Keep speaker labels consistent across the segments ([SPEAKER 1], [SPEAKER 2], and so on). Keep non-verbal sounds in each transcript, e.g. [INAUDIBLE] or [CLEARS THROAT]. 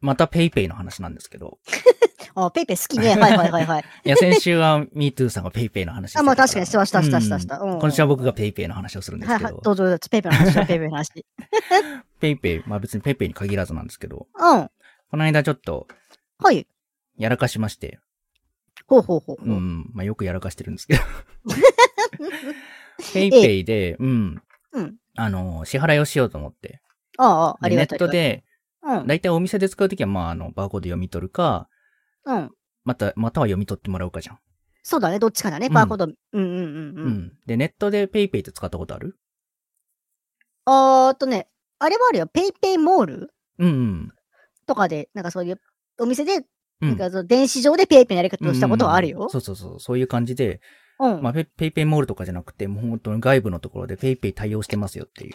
[SPEAKER 1] またペイペイの話なんですけど。
[SPEAKER 2] あ、ペイペイ好きね。はいはいは
[SPEAKER 1] [LAUGHS]
[SPEAKER 2] いはい。
[SPEAKER 1] いや、先週は MeToo さんがペイペイの話してた
[SPEAKER 2] あ、
[SPEAKER 1] ら
[SPEAKER 2] まあ確かに、したしたしたしたした。
[SPEAKER 1] うん
[SPEAKER 2] うん
[SPEAKER 1] 今週は僕がペイペイの話をするんです
[SPEAKER 2] はい
[SPEAKER 1] け
[SPEAKER 2] はい
[SPEAKER 1] ど。。
[SPEAKER 2] どうぞどうぞ、ペイペイの話だ、ペイペイの
[SPEAKER 1] [LAUGHS]
[SPEAKER 2] 話。
[SPEAKER 1] ペイペイ、まあ別にペイペイに限らずなんですけど、
[SPEAKER 2] うん。
[SPEAKER 1] この間ちょっと
[SPEAKER 2] はい。
[SPEAKER 1] やらかしまして、
[SPEAKER 2] ほうほうほう。
[SPEAKER 1] う。ん、まあよくやらかしてるんですけ
[SPEAKER 2] [LAUGHS]
[SPEAKER 1] ど。ペイペイで、うん、
[SPEAKER 2] うん。
[SPEAKER 1] あの、支払いをしようと思って。
[SPEAKER 2] ああああ、あ
[SPEAKER 1] で
[SPEAKER 2] り
[SPEAKER 1] ネ
[SPEAKER 2] がた
[SPEAKER 1] ッ
[SPEAKER 2] い。
[SPEAKER 1] トで、
[SPEAKER 2] ありがたい。
[SPEAKER 1] だいたいお店で使うときは、まああの、バーコード読み取るか、
[SPEAKER 2] うん。うん。
[SPEAKER 1] また、または読み取ってもらうかじゃん。
[SPEAKER 2] そうだね、どっちかだね、
[SPEAKER 1] うん
[SPEAKER 2] バーコード。うんうんうん
[SPEAKER 1] う。
[SPEAKER 2] うんん。
[SPEAKER 1] で、ネットでペイペイって使ったことある
[SPEAKER 2] あーっとね、あれもあるよ、ペイペイモール
[SPEAKER 1] うん、うん。
[SPEAKER 2] とかで、なんかそういう、お店で、
[SPEAKER 1] う
[SPEAKER 2] なんかその電子上でペイペイのやり方をしたことはある
[SPEAKER 1] うんうんう
[SPEAKER 2] よ
[SPEAKER 1] ん。そうそうそう。そういう感じで、
[SPEAKER 2] うん。
[SPEAKER 1] まあ、
[SPEAKER 2] あ
[SPEAKER 1] ペペイペイモールとかじゃなくて、もう本当に外部のところでペイペイ対応してますよっていう。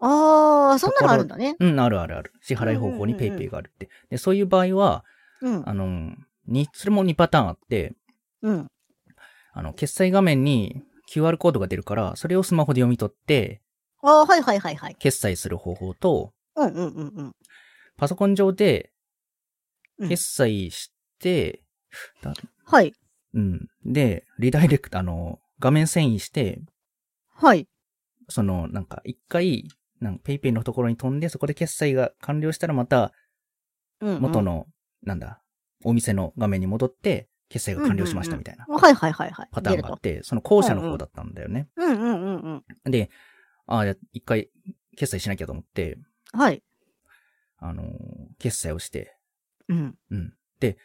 [SPEAKER 2] あー、そんなのあるんだね。
[SPEAKER 1] うん、あるあるある。支払い方法にペイペイがあるって。で、そういう場合は、
[SPEAKER 2] うん
[SPEAKER 1] あ。の、に、それも2パターンあって、
[SPEAKER 2] うん。
[SPEAKER 1] あの、決済画面に QR コードが出るから、それをスマホで読み取って、
[SPEAKER 2] あー、はいはいはいはい。
[SPEAKER 1] 決済する方法と、
[SPEAKER 2] うんうんうんうん。
[SPEAKER 1] パソコン上で
[SPEAKER 2] うん
[SPEAKER 1] 決済して、
[SPEAKER 2] はい。
[SPEAKER 1] うん。で、リダイレクト、あの、画面遷移して、
[SPEAKER 2] はい。
[SPEAKER 1] その、なんか、一回、なんか、ペイペイのところに飛んで、そこで決済が完了したら、また、
[SPEAKER 2] うんうん
[SPEAKER 1] 元。の、なんだ、お店の画面に戻って、決済が完了しましたみたいな
[SPEAKER 2] はいはいはいはい。
[SPEAKER 1] パターン
[SPEAKER 2] 出
[SPEAKER 1] が
[SPEAKER 2] る
[SPEAKER 1] あっ
[SPEAKER 2] と。
[SPEAKER 1] て、その後者の方だったんだよね。
[SPEAKER 2] うんうんうんうん。
[SPEAKER 1] で、ああ、いや一回、決済しなきゃと思って、
[SPEAKER 2] はい。
[SPEAKER 1] あのー決済をして、
[SPEAKER 2] うん。
[SPEAKER 1] うん。で、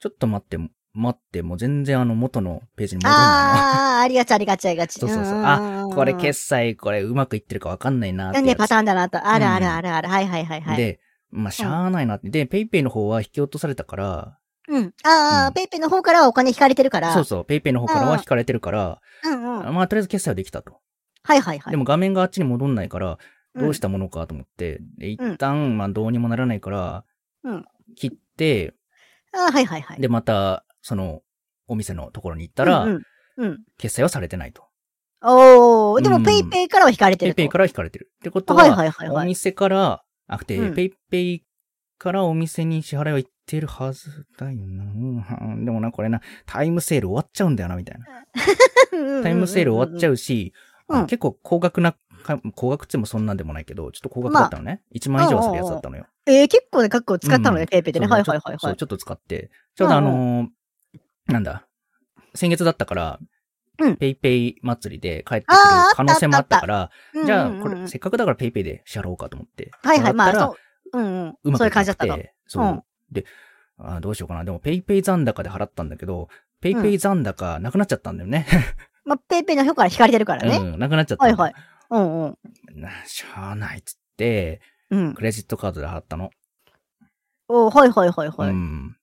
[SPEAKER 1] ちょっと待って、待って、もう全然あの、元のページに戻んない
[SPEAKER 2] あー、ありがちありがちありがち。
[SPEAKER 1] そうそうそうん
[SPEAKER 2] んん
[SPEAKER 1] の。
[SPEAKER 2] ん
[SPEAKER 1] これ決済、これうまくいってるかわかんないなって
[SPEAKER 2] ね、パター
[SPEAKER 1] ン。
[SPEAKER 2] ンだなと。あるあるあるある。はいはいはいはい。
[SPEAKER 1] で、まあ、しゃあないなって。で、ペイペイの方は引き落とされたから、
[SPEAKER 2] うん。ああ、
[SPEAKER 1] うん
[SPEAKER 2] ペイペイの方からはお金引かれてるから。
[SPEAKER 1] そうそう、ペイペイの方からは
[SPEAKER 2] うん
[SPEAKER 1] 引かれてるから、
[SPEAKER 2] うんうん。
[SPEAKER 1] まあ、とりあえず決済はできたと。
[SPEAKER 2] はいはいはい。
[SPEAKER 1] でも画面があっちに戻んないから、
[SPEAKER 2] うん
[SPEAKER 1] どうしたものかと思って、で一旦、まあ、どうにもならないから
[SPEAKER 2] うん、
[SPEAKER 1] 切って、
[SPEAKER 2] ああ、はいはいはい。
[SPEAKER 1] で、また、その、お店のところに行ったら
[SPEAKER 2] う、んうん。うん。
[SPEAKER 1] 決済はされてないと。
[SPEAKER 2] おー、で
[SPEAKER 1] う
[SPEAKER 2] も
[SPEAKER 1] ん
[SPEAKER 2] ペイペイからは引かれて
[SPEAKER 1] ペイ
[SPEAKER 2] ると。
[SPEAKER 1] ペイから引かれてる。ってこと
[SPEAKER 2] はいはい
[SPEAKER 1] は、
[SPEAKER 2] はい
[SPEAKER 1] お
[SPEAKER 2] はい。
[SPEAKER 1] 店から、あくて、
[SPEAKER 2] うん
[SPEAKER 1] ペイペイからお店に支払いは行ってるはずだよな。 [LAUGHS] うんでもな、これな、タイムセール終わっちゃうんだよな、みたいな。
[SPEAKER 2] [LAUGHS]
[SPEAKER 1] タイムセール終わっちゃ
[SPEAKER 2] う
[SPEAKER 1] うし、
[SPEAKER 2] うん
[SPEAKER 1] あ結構高額な、か高額っつってもそんなんでもないけど、ちょっと高額だったのね。1万以上はするやつだったのよ。
[SPEAKER 2] ん。えー、結構ね、格好使ったの
[SPEAKER 1] うん
[SPEAKER 2] ね、ペイペイでね。
[SPEAKER 1] そう
[SPEAKER 2] はいはいは
[SPEAKER 1] ちょっ
[SPEAKER 2] い
[SPEAKER 1] とそ
[SPEAKER 2] は
[SPEAKER 1] う、
[SPEAKER 2] い。
[SPEAKER 1] ちょっと使って。ちょうどあ
[SPEAKER 2] う
[SPEAKER 1] のーなんだ、先月だったから、
[SPEAKER 2] うん
[SPEAKER 1] ペイペイ祭りで帰ってくる
[SPEAKER 2] あー
[SPEAKER 1] 可能性もあったから、
[SPEAKER 2] うんうんうん
[SPEAKER 1] じゃあ、これ、せっかくだからペイペイで支払おうかと思って。
[SPEAKER 2] はいはい、ま
[SPEAKER 1] 払
[SPEAKER 2] あ、
[SPEAKER 1] ったら
[SPEAKER 2] そう。うん
[SPEAKER 1] う
[SPEAKER 2] うん。
[SPEAKER 1] ま
[SPEAKER 2] そ
[SPEAKER 1] くいう
[SPEAKER 2] うい感じだ
[SPEAKER 1] か
[SPEAKER 2] っ
[SPEAKER 1] く
[SPEAKER 2] たの。
[SPEAKER 1] て、そう。
[SPEAKER 2] うん
[SPEAKER 1] で、あーどうしようかな。でも、ペイペイ残高で払ったんだけど、ペイペイ残高なくなっちゃったんだよね。
[SPEAKER 2] まあ、ペイペイの方から引かれてるから
[SPEAKER 1] [LAUGHS]
[SPEAKER 2] ね。
[SPEAKER 1] うん、なくなっちゃった。
[SPEAKER 2] はいはい。うんうん。
[SPEAKER 1] なしゃあないっつって、
[SPEAKER 2] うん
[SPEAKER 1] ク。レジットカードで払ったの。
[SPEAKER 2] おー、はいはいはいは
[SPEAKER 1] う
[SPEAKER 2] い。
[SPEAKER 1] ん。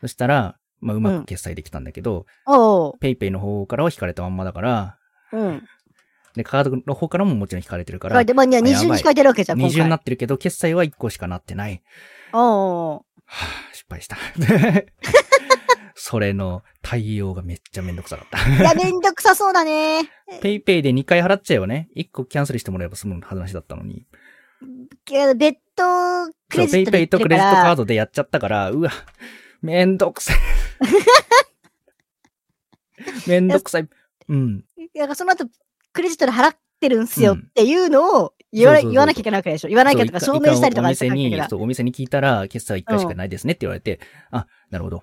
[SPEAKER 1] そしたら、まあ、うまく決済できたんだけど、
[SPEAKER 2] おー、
[SPEAKER 1] ペイペイの方からは引かれたまんまだから、
[SPEAKER 2] うん。
[SPEAKER 1] で、カードの方からももちろん引かれてるか
[SPEAKER 2] それ
[SPEAKER 1] ら、
[SPEAKER 2] で、まあ、二重に引かれてるわけじゃん、今
[SPEAKER 1] 二重にな
[SPEAKER 2] 回。
[SPEAKER 1] ってるけど、決済は1個しかなってない。
[SPEAKER 2] おー。
[SPEAKER 1] はぁ、失
[SPEAKER 2] [LAUGHS]
[SPEAKER 1] 敗した。それの対応がめっちゃめんどくさかった。
[SPEAKER 2] いや、めんどくさそうだね。
[SPEAKER 1] ペイペイで2回払っちゃえばね、1個キャンセルしてもらえば済む話だったのに。
[SPEAKER 2] けど、別途、ク
[SPEAKER 1] そ
[SPEAKER 2] レ
[SPEAKER 1] う、
[SPEAKER 2] ジ
[SPEAKER 1] ペイペ
[SPEAKER 2] ットで
[SPEAKER 1] イと
[SPEAKER 2] 行
[SPEAKER 1] ク
[SPEAKER 2] ってる
[SPEAKER 1] レ
[SPEAKER 2] か
[SPEAKER 1] ジットカー
[SPEAKER 2] ら。
[SPEAKER 1] ドでやっちゃったから、うわ、めんどく
[SPEAKER 2] [LAUGHS]
[SPEAKER 1] さい。めんどくさい。うん。
[SPEAKER 2] なんかその後、クレジットで払ってるんすよっていうのを言わ,、
[SPEAKER 1] そうそうそう
[SPEAKER 2] 言わなきゃいけないわけでしょ。言わなきゃとか
[SPEAKER 1] そう
[SPEAKER 2] 証
[SPEAKER 1] 一回
[SPEAKER 2] 明したりとか
[SPEAKER 1] 一回お店に、
[SPEAKER 2] そ
[SPEAKER 1] そう、お店に聞いたら、決済は1回しかないですねって言われて、あ、なるほど。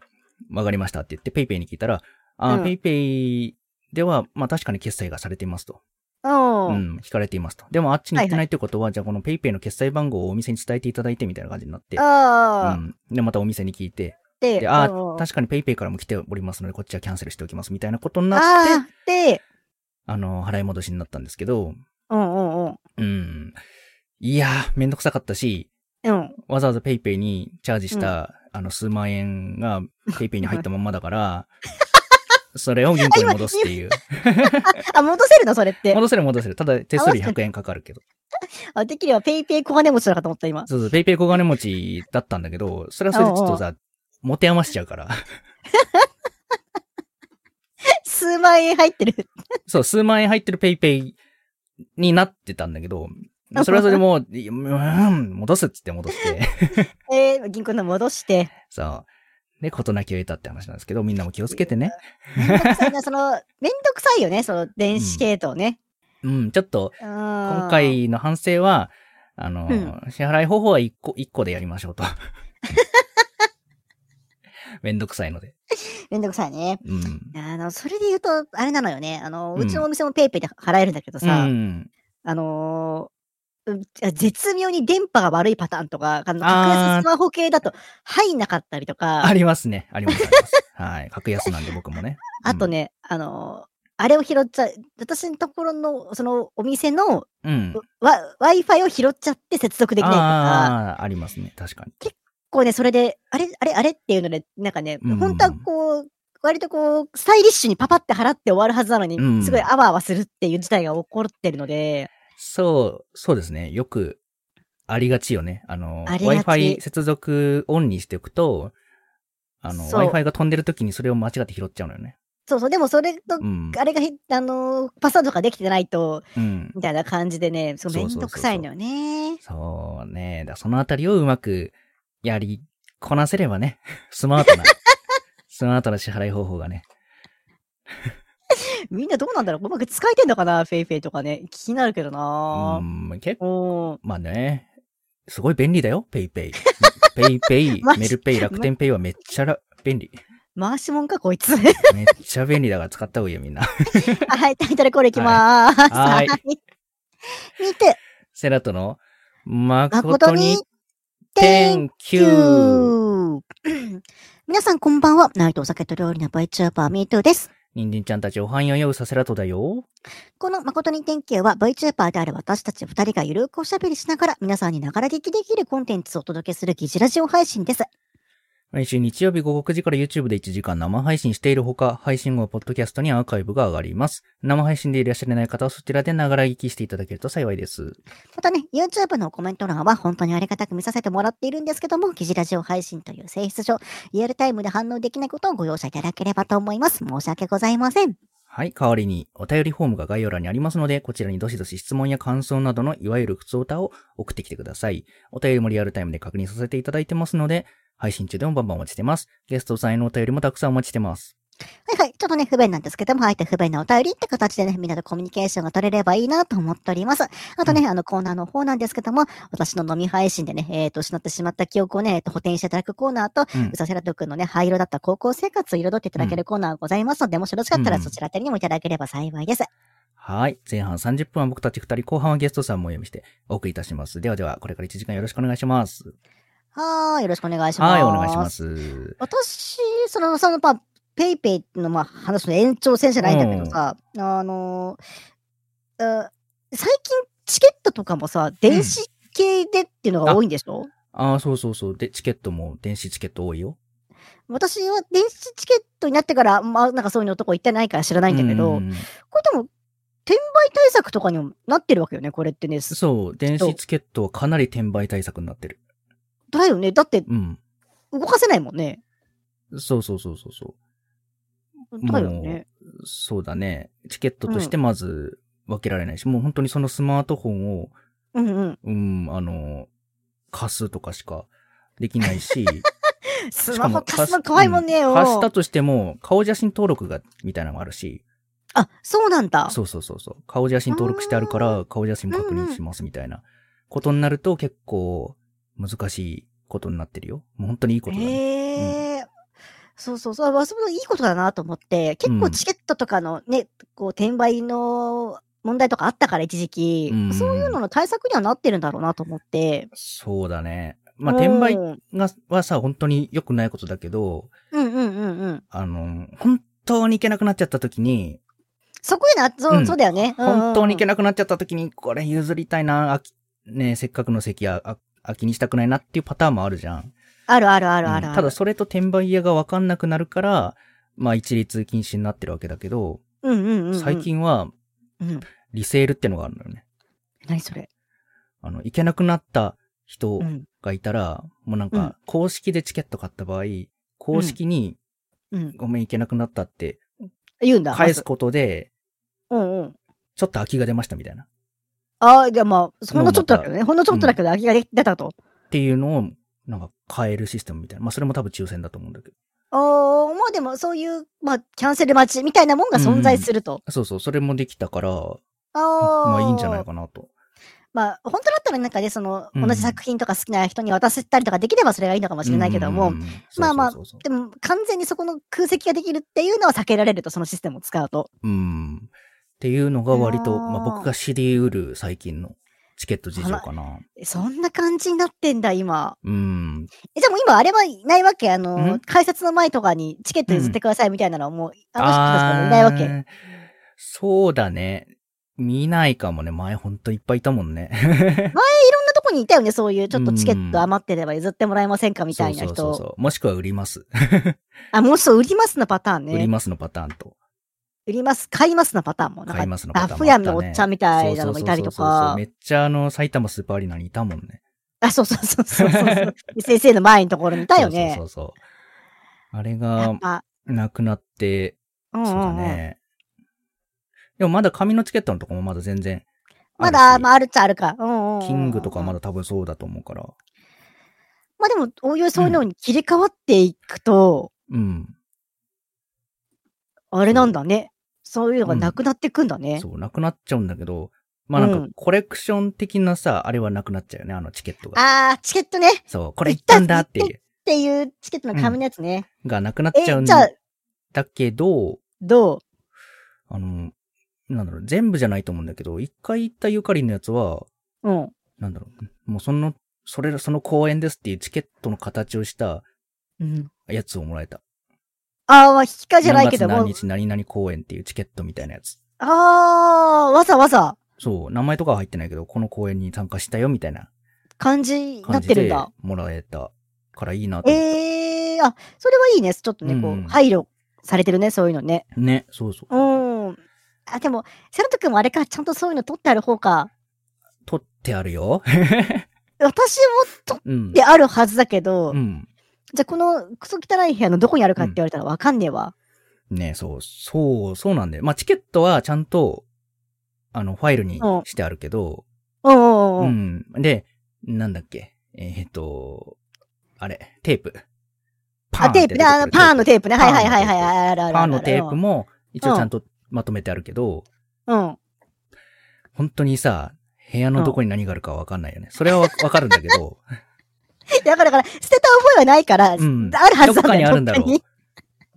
[SPEAKER 1] わかりましたって言って、ペイペイに聞いたら、あ、
[SPEAKER 2] うん
[SPEAKER 1] ペイペイでは、まあ確かに決済がされていますと。
[SPEAKER 2] う。
[SPEAKER 1] うんん、引かれていますと。でもあっちに行ってないということは、じゃあこのペイペイの決済番号をお店に伝えていただいてみたいな感じになって、う
[SPEAKER 2] ああ、
[SPEAKER 1] ん。で、またお店に聞いて、
[SPEAKER 2] で、
[SPEAKER 1] で、ああ
[SPEAKER 2] うん、
[SPEAKER 1] 確かにペイペイからも来ておりますので、こっちはキャンセルしておきますみたいなことになって、
[SPEAKER 2] ああ、で、
[SPEAKER 1] あの、払い戻しになったんですけど、
[SPEAKER 2] うんうんうん。
[SPEAKER 1] うん。いやー、めんどくさかったし、
[SPEAKER 2] うん。
[SPEAKER 1] わざわざペイペイにチャージした、あの、数万円がペイペイに入ったまんまだから、
[SPEAKER 2] [LAUGHS]
[SPEAKER 1] それを銀行に戻すっていう。
[SPEAKER 2] あ、戻せるのそれって。
[SPEAKER 1] 戻せる戻せる。ただ、手数料100円かかるけど。
[SPEAKER 2] あ、できればペイペイ小金持ちだかと思った、今。
[SPEAKER 1] そうそう、ペイペイ小金持ちだったんだけど、それはそれでちょっとさ、持て余しちゃうから。
[SPEAKER 2] 数万円入ってる。
[SPEAKER 1] そう、数万円入ってるペイペイになってたんだけど、まあそれはそれでもう、いうん、戻すっつって戻して。 [LAUGHS]
[SPEAKER 2] えー、銀行の戻して。
[SPEAKER 1] そう。で、事なきを得たって話なんですけど、みんなも気をつけてね。
[SPEAKER 2] めんどくさいな、その、めんどくさいよね、その電子系統ね。
[SPEAKER 1] うん、ちょっと、今
[SPEAKER 2] 今。
[SPEAKER 1] 回の反省は、あの、
[SPEAKER 2] うん
[SPEAKER 1] 支払い方法は一個、一個でやりましょうと。 [LAUGHS] めんどくさいので。
[SPEAKER 2] めんどくさいね。
[SPEAKER 1] うん。
[SPEAKER 2] あの、それで言うと、あれなのよね。あの、
[SPEAKER 1] うん
[SPEAKER 2] うちのお店もペイペイで払えるんだけどさ、
[SPEAKER 1] うん、
[SPEAKER 2] あのーうん絶妙に電波が悪いパターンとか、あの
[SPEAKER 1] あー
[SPEAKER 2] 格安スマホ系だと入んなかったりと
[SPEAKER 1] あ
[SPEAKER 2] か、あ
[SPEAKER 1] りますね。あります、あります。はい。格安なんで僕もね。
[SPEAKER 2] とね、あのーあれを拾っちゃう、私のところの、そのお店の
[SPEAKER 1] うん。
[SPEAKER 2] わ Wi-Fi を拾っちゃって接続できないとか、
[SPEAKER 1] ああー、ありますね。確かに。
[SPEAKER 2] こうね、それで、あれ、あれ、あれっていうので、なんかね、
[SPEAKER 1] うん
[SPEAKER 2] 本当はこう、割とこう、スタイリッシュにパパって払って終わるはずなのに、
[SPEAKER 1] うん
[SPEAKER 2] すごいあわあわするっていう事態が起こってるので、
[SPEAKER 1] そう、そうですね。よく、ありがちよね。あの、
[SPEAKER 2] ありがち
[SPEAKER 1] Wi-Fi 接続オンにしておくと、あの、
[SPEAKER 2] そう
[SPEAKER 1] Wi-Fi が飛んでる時にそれを間違って拾っちゃうのよね。
[SPEAKER 2] そうそう、でもそれと
[SPEAKER 1] うん。
[SPEAKER 2] あれがひ、あのーパスワードができてないと、
[SPEAKER 1] うん。
[SPEAKER 2] みたいな感じでね、そう
[SPEAKER 1] そう
[SPEAKER 2] め
[SPEAKER 1] そうそ
[SPEAKER 2] ん
[SPEAKER 1] う
[SPEAKER 2] どくさいのよね。
[SPEAKER 1] そうね。だそのあたりをうまくやりこなせればね、 [LAUGHS] スマート
[SPEAKER 2] [LAUGHS]
[SPEAKER 1] な、スマートな支払い方法がね。
[SPEAKER 2] みんなどうなんだろううまく使えてんのかなフェイフェイとかね。気になるけど
[SPEAKER 1] う
[SPEAKER 2] な、
[SPEAKER 1] ん、結構、
[SPEAKER 2] うん、
[SPEAKER 1] まあね、すごい便利だよ、ペイ
[SPEAKER 2] [LAUGHS]
[SPEAKER 1] ペイ。ペイペイ、
[SPEAKER 2] マジ
[SPEAKER 1] メルペイ、楽天ペイはめっちゃら便利。
[SPEAKER 2] 回しもんか、こいつ。 [LAUGHS]
[SPEAKER 1] めっちゃ便利だから使った方がいいよ、みんな。
[SPEAKER 2] はい、タイトルコールいきまーす。
[SPEAKER 1] はいは
[SPEAKER 2] [LAUGHS] 見て、
[SPEAKER 1] セラトの、誠
[SPEAKER 2] 誠
[SPEAKER 1] に
[SPEAKER 2] に、、
[SPEAKER 1] Thank you!
[SPEAKER 2] you! [CLEARS THROAT] 皆さんこんばんは。ナイトお酒と料理の VTuber ミートゥーです。
[SPEAKER 1] ニンジンちゃんたちおはんよようさセラトだよ。
[SPEAKER 2] この誠に Thank you は VTuber である私たち二人がゆるくおしゃべりしながら皆さんにながら聞きできるコンテンツをお届けする疑似ラジオ配信です。
[SPEAKER 1] 毎週日曜日午後9時から YouTube で1時間生配信しているほか、配信後はポッドキャストにアーカイブが上がります。生配信でいらっしゃれない方はそちらでながら聞きしていただけると幸いです。
[SPEAKER 2] またね、YouTube のコメント欄は本当にありがたく見させてもらっているんですけども、記事ラジオ配信という性質上、リアルタイムで反応できないことをご容赦いただければと思います。申し訳ございません。
[SPEAKER 1] はい。代わりに、お便りフォームが概要欄にありますので、こちらにどしどし質問や感想などの、いわゆる普通歌を送ってきてください。お便りもリアルタイムで確認させていただいてますので、配信中でもバンバンお待ちしてます。ゲストさんへのお便りもたくさんお待ちしてます。
[SPEAKER 2] はいはい、ちょっとね、不便なんですけども、あえて不便なお便りって形でね、みんなとコミュニケーションが取れればいいなと思っております。あとね、あのコーナーの方なんですけども、私の飲み配信でね、えっ、と、失ってしまった記憶をね、えーと、補填していただくコーナーと、
[SPEAKER 1] うん
[SPEAKER 2] うさせらとくんのね、灰色だった高校生活を彩っていただけるコーナーがございますので、もしよろしかった
[SPEAKER 1] う
[SPEAKER 2] ら
[SPEAKER 1] ん
[SPEAKER 2] そちら辺りにもいただければ幸いです。
[SPEAKER 1] はい。前半30分は僕たち2人、後半はゲストさんもお呼びしてお送りいたします。ではでは、これから1時間よろしくお願いします。
[SPEAKER 2] はーい、よろしくお願いしま
[SPEAKER 1] は
[SPEAKER 2] す。
[SPEAKER 1] い、お願いしま。す。
[SPEAKER 2] 私、その、その、まあ、ペイペイの、まあ、話の延長線じゃないんだけどさ、あのー、あ最近チケットとかもさ、電子系でっていうのが多いんでしょ、
[SPEAKER 1] ああ、そうそうそう。で、チケットも、電子チケット多いよ。
[SPEAKER 2] 私は電子チケットになってから、まあ、なんかそういうのとこ行ってないから知らないんだけど、
[SPEAKER 1] うん
[SPEAKER 2] これでも、転売対策とかにもなってるわけよね、これってね。す
[SPEAKER 1] そう、電子チケットはかなり転売対策になってる。
[SPEAKER 2] だよね。だって、
[SPEAKER 1] うん。
[SPEAKER 2] 動かせないもんね。
[SPEAKER 1] そうそうそうそうそう。
[SPEAKER 2] だよね。
[SPEAKER 1] そうだね。チケットとしてまず分けられないし、もう本当にそのスマートフォンを、
[SPEAKER 2] うんうん。
[SPEAKER 1] うん、あの、貸すとかしかできない [LAUGHS] し、
[SPEAKER 2] ス
[SPEAKER 1] しかも
[SPEAKER 2] マホ貸すの怖いもんねよ。
[SPEAKER 1] 貸したとしても、顔写真登録が、みたいなのもあるし、
[SPEAKER 2] あ、そうなんだ。
[SPEAKER 1] そうそうそうそう。顔写真登録してあるから、顔写真も確認しますみたいなことになると結構難しいことになってるよ。もう本当にいいことだね。
[SPEAKER 2] ええそうそうそう。まあ、そのいいことだなと思って、結
[SPEAKER 1] う
[SPEAKER 2] 構
[SPEAKER 1] ん
[SPEAKER 2] チケットとかのね、こう、転売の問題とかあったから、一時期、
[SPEAKER 1] うん
[SPEAKER 2] そういうのの対策にはなってるんだろうなと思って。
[SPEAKER 1] そうだね。まあ、
[SPEAKER 2] うん
[SPEAKER 1] 転売
[SPEAKER 2] うん
[SPEAKER 1] が、はさ、本当に良くないことだけど、
[SPEAKER 2] うんうんうん。
[SPEAKER 1] あの、本当に行けなくなっちゃった時に、
[SPEAKER 2] そこへな、そう、
[SPEAKER 1] うん
[SPEAKER 2] そうだよね。
[SPEAKER 1] 本当に行け
[SPEAKER 2] な
[SPEAKER 1] なくなっちゃった時に、これ譲りたいな、あきね、せっかくの席や、あ空きにしたくないなっていうパターンもあるじゃん。
[SPEAKER 2] あるあるあるある
[SPEAKER 1] う
[SPEAKER 2] あ
[SPEAKER 1] ん
[SPEAKER 2] る。
[SPEAKER 1] ただそれと転売屋がわかんなくなるから、まあ一律禁止になってるわけだけど、
[SPEAKER 2] うんうんうんうん。
[SPEAKER 1] 最。近は
[SPEAKER 2] うん。
[SPEAKER 1] リセールってのがあるのよね。
[SPEAKER 2] 何それ。
[SPEAKER 1] あの、行けなくなった人
[SPEAKER 2] うん。
[SPEAKER 1] がいたら、もうなん
[SPEAKER 2] うん
[SPEAKER 1] か、公式でチケット買った場合、公式に、
[SPEAKER 2] うん。
[SPEAKER 1] ごめん行けなくなったって、
[SPEAKER 2] 言うんだ。
[SPEAKER 1] 返す。ことで、
[SPEAKER 2] うんうん。
[SPEAKER 1] ちょっと空きが出ましたみたいな。
[SPEAKER 2] ああ、じゃあまあ、ほんのちょっとだけどね。ほんのちょっとだけど空きがで出たと。
[SPEAKER 1] っていうのを、なんか変えるシステムみたいな。まあ、それも多分抽選だと思うんだけど。
[SPEAKER 2] ああ、まあでもそういう、まあ、キャンセル待ちみたいなもんが存在すると。
[SPEAKER 1] そうそう、それもできたから、
[SPEAKER 2] ああ。
[SPEAKER 1] まあいいんじゃないかなと。
[SPEAKER 2] まあ、本当だったらなんかね、その、
[SPEAKER 1] うん
[SPEAKER 2] 同じ作品とか好きな人に渡せたりとかできればそれがいいのかもしれないけども、
[SPEAKER 1] うんうんうん、
[SPEAKER 2] まあまあ
[SPEAKER 1] そうそうそうそう
[SPEAKER 2] でも完全にそこの空席ができるっていうのは避けられると、そのシステムを使うと。
[SPEAKER 1] うん。っていうのが割と、
[SPEAKER 2] あー
[SPEAKER 1] まあ僕が知り得る最近のチケット事情かな。
[SPEAKER 2] えそんな感じになってんだ、今。
[SPEAKER 1] うん。
[SPEAKER 2] え、じゃあもう今あれはいないわけあ
[SPEAKER 1] ん
[SPEAKER 2] の、改札の前とかにチケット譲ってくださいみたいなのはもう、あの人たち
[SPEAKER 1] あ
[SPEAKER 2] も
[SPEAKER 1] ー
[SPEAKER 2] いないわけ。
[SPEAKER 1] そうだね。見ないかもね。前ほんといっぱいいたもんね。
[SPEAKER 2] そんなとこにいたよね、そういう、ちょっとチケット
[SPEAKER 1] うん
[SPEAKER 2] 余ってれば譲ってもらえませんかみたいな
[SPEAKER 1] そうそうそう
[SPEAKER 2] 人。
[SPEAKER 1] そう。もしくは売ります。
[SPEAKER 2] あ、もうちょっと売りますのパターン
[SPEAKER 1] 売り
[SPEAKER 2] ね。
[SPEAKER 1] ますのパターンと。
[SPEAKER 2] 売ります、買いますのパターンも。な
[SPEAKER 1] 買い
[SPEAKER 2] んか、
[SPEAKER 1] ますのパ
[SPEAKER 2] ダ
[SPEAKER 1] ターン
[SPEAKER 2] フ
[SPEAKER 1] もあ
[SPEAKER 2] 屋
[SPEAKER 1] ったね。
[SPEAKER 2] のおっちゃんみたいなのもいたりと
[SPEAKER 1] そうそうそうそう
[SPEAKER 2] か
[SPEAKER 1] め。っちゃあの、埼玉スーパーアリーナにいたもんね。
[SPEAKER 2] あ、そうそうそうそうそうそう。先生の前のところにいたよね
[SPEAKER 1] そ。うそうそうそう。あれ
[SPEAKER 2] や
[SPEAKER 1] が
[SPEAKER 2] っ、ぱ、
[SPEAKER 1] なくなって、
[SPEAKER 2] うんうん
[SPEAKER 1] そう
[SPEAKER 2] うん
[SPEAKER 1] だね。でもまだ紙のチケットのとこもまだ全然あ
[SPEAKER 2] ま
[SPEAKER 1] るし。
[SPEAKER 2] だ、まあ、あるっちゃあるか。うんうんうんうん
[SPEAKER 1] キングとかまだ多分そうだと思うから。
[SPEAKER 2] まあでも、おおよそそういうのに切り替わっていくと、
[SPEAKER 1] うん。
[SPEAKER 2] あれなんだね。そういうのがなくなってくんだね。
[SPEAKER 1] そう、なくなっちゃうんだけど、まあなん
[SPEAKER 2] う
[SPEAKER 1] か
[SPEAKER 2] ん
[SPEAKER 1] コレクション的なさ、あれはなくなっちゃうよね、あのチケットが。
[SPEAKER 2] あー、チケットね。っ
[SPEAKER 1] そう、これ行ったんだって
[SPEAKER 2] 行
[SPEAKER 1] いう、
[SPEAKER 2] ていうチケットの紙のやつね。
[SPEAKER 1] がなくなっ
[SPEAKER 2] え、
[SPEAKER 1] ち
[SPEAKER 2] じ
[SPEAKER 1] ゃうん
[SPEAKER 2] ゃあ
[SPEAKER 1] だ、けど、
[SPEAKER 2] どう
[SPEAKER 1] あの、なんだろう、全部じゃないと思うんだけど、一回行ったゆかりのやつは、
[SPEAKER 2] うん。
[SPEAKER 1] なんだろう、もうその、それ、その公演ですっていうチケットの形をした
[SPEAKER 2] うん。
[SPEAKER 1] やつをもらえた。
[SPEAKER 2] あー、まあ、引き換えじゃないけど
[SPEAKER 1] 何
[SPEAKER 2] も
[SPEAKER 1] 月何。日何々公演っていうチケットみたいなやつ。
[SPEAKER 2] あー、わざわざ
[SPEAKER 1] そう、名前とかは入ってないけど、この公演に参加したよみたいな
[SPEAKER 2] 感じにな
[SPEAKER 1] 感
[SPEAKER 2] っ
[SPEAKER 1] じ
[SPEAKER 2] てるん
[SPEAKER 1] で
[SPEAKER 2] だ。
[SPEAKER 1] もらえたからいいなと思って。
[SPEAKER 2] えー、あ、それはいいね。ちょっとね、こ
[SPEAKER 1] うん
[SPEAKER 2] う、配慮されてるね、そういうのね。
[SPEAKER 1] ね、そうそう。
[SPEAKER 2] うん。あ、でも、セロト君もあれか、ちゃんとそういうの取ってある方か。
[SPEAKER 1] 取ってあるよ。 [LAUGHS]
[SPEAKER 2] 私も取
[SPEAKER 1] うん
[SPEAKER 2] っ。てあるはずだけど、
[SPEAKER 1] うん。
[SPEAKER 2] じゃあこのクソ汚い部屋のどこにあるかって言われたらわかんねえわ。
[SPEAKER 1] ね、そう、そう、そうなんだよ。まあ、チケットはちゃんと、あの、ファイルに
[SPEAKER 2] うん
[SPEAKER 1] してあるけど、
[SPEAKER 2] うんうんう
[SPEAKER 1] うん
[SPEAKER 2] うん。
[SPEAKER 1] ん。で、なんだっけ。えっと、あれ、テープ。パ
[SPEAKER 2] あ、テープね、あの、パーの
[SPEAKER 1] テー
[SPEAKER 2] テープね。はいはいはい
[SPEAKER 1] パ
[SPEAKER 2] はい。
[SPEAKER 1] ーのプ。
[SPEAKER 2] あるある
[SPEAKER 1] パ
[SPEAKER 2] あ
[SPEAKER 1] ー
[SPEAKER 2] るある
[SPEAKER 1] のテープも、一応
[SPEAKER 2] うん
[SPEAKER 1] ちゃんとまとめてあるけど、
[SPEAKER 2] うん。
[SPEAKER 1] 本当にさ、部屋のどこに何があるかわかんないよね。それは
[SPEAKER 2] [LAUGHS]
[SPEAKER 1] わわかるんだけど、
[SPEAKER 2] だから、だから捨てた覚えはないから、あ
[SPEAKER 1] う
[SPEAKER 2] る
[SPEAKER 1] ん。
[SPEAKER 2] は
[SPEAKER 1] ど
[SPEAKER 2] ず
[SPEAKER 1] こ
[SPEAKER 2] な
[SPEAKER 1] か
[SPEAKER 2] んだ
[SPEAKER 1] に
[SPEAKER 2] よ。
[SPEAKER 1] あるんだろ
[SPEAKER 2] どっ
[SPEAKER 1] う。
[SPEAKER 2] かに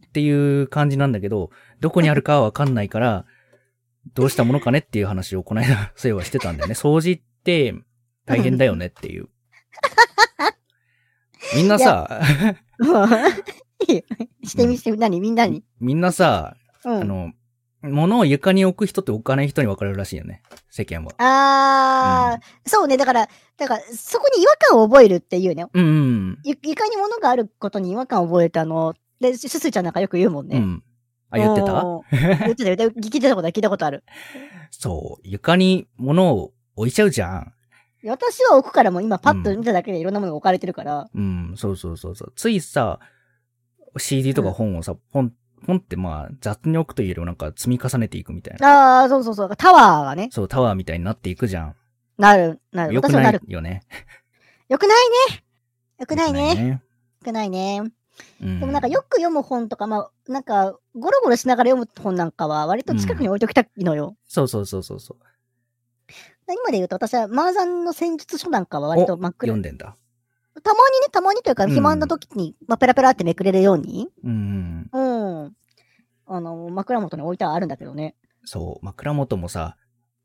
[SPEAKER 1] っていう感じなんだけど、どこにあるかはわかんないから、どうしたものかねっていう話をこの間、 [LAUGHS] そういえばしてたんだよね。掃除って大変だよねっていう。みんないさ、
[SPEAKER 2] [LAUGHS] うんいいしてみしてみ、何みんなに。
[SPEAKER 1] みんなさ、
[SPEAKER 2] う
[SPEAKER 1] あ
[SPEAKER 2] ん。
[SPEAKER 1] の、物を床に置く人と置かない人に分かれるらしいよね。世間は。
[SPEAKER 2] あー、そうね。だから、だから、そこに違和感を覚えるっていうね。
[SPEAKER 1] うんうん
[SPEAKER 2] ゆ床に物があることに違和感を覚えたの。で、すすちゃんなんかよく言うもん
[SPEAKER 1] うん。う
[SPEAKER 2] ね。
[SPEAKER 1] ん。あ、言ってた [LAUGHS]
[SPEAKER 2] うん言ってた言ってた。聞いてたことある聞いたことある。
[SPEAKER 1] そう。床に物を置いちゃうじゃん。
[SPEAKER 2] 私は置くからもう今パッ
[SPEAKER 1] う
[SPEAKER 2] と
[SPEAKER 1] ん
[SPEAKER 2] 見ただけでいろんなものが置かれてるから。
[SPEAKER 1] うん、そうそうそうそう。ついさ、CD とか本をさ、本、本ってまあ雑に置くというよりもなんか積み重ねていくみたいな。
[SPEAKER 2] ああ、そうそうそう。タワーがね、
[SPEAKER 1] そう、タワーみたいになっていくじゃん。
[SPEAKER 2] なる、なる。
[SPEAKER 1] よく
[SPEAKER 2] 私は
[SPEAKER 1] な
[SPEAKER 2] ないる。
[SPEAKER 1] よね。
[SPEAKER 2] よくないね。よくない
[SPEAKER 1] 良
[SPEAKER 2] ね。よ
[SPEAKER 1] ね。
[SPEAKER 2] くないね。
[SPEAKER 1] うん。
[SPEAKER 2] でもなんかよく読む本とか、まあ、なんか、ゴロゴロしながら読む本なんかは、割と近くに置いときたいのよ。
[SPEAKER 1] そうそうそうそうそう。
[SPEAKER 2] 今で言うと、私は麻雀の戦術書なんかは割と真っ
[SPEAKER 1] 読
[SPEAKER 2] 暗。
[SPEAKER 1] ん
[SPEAKER 2] た
[SPEAKER 1] でんだ。
[SPEAKER 2] まにね、たまにというか、
[SPEAKER 1] うん
[SPEAKER 2] 暇な時に、まあ、ペラペラってめくれるように、
[SPEAKER 1] うんうん。
[SPEAKER 2] うん。あの、枕元に置いてはあるんだけどね。
[SPEAKER 1] そう、枕元もさ、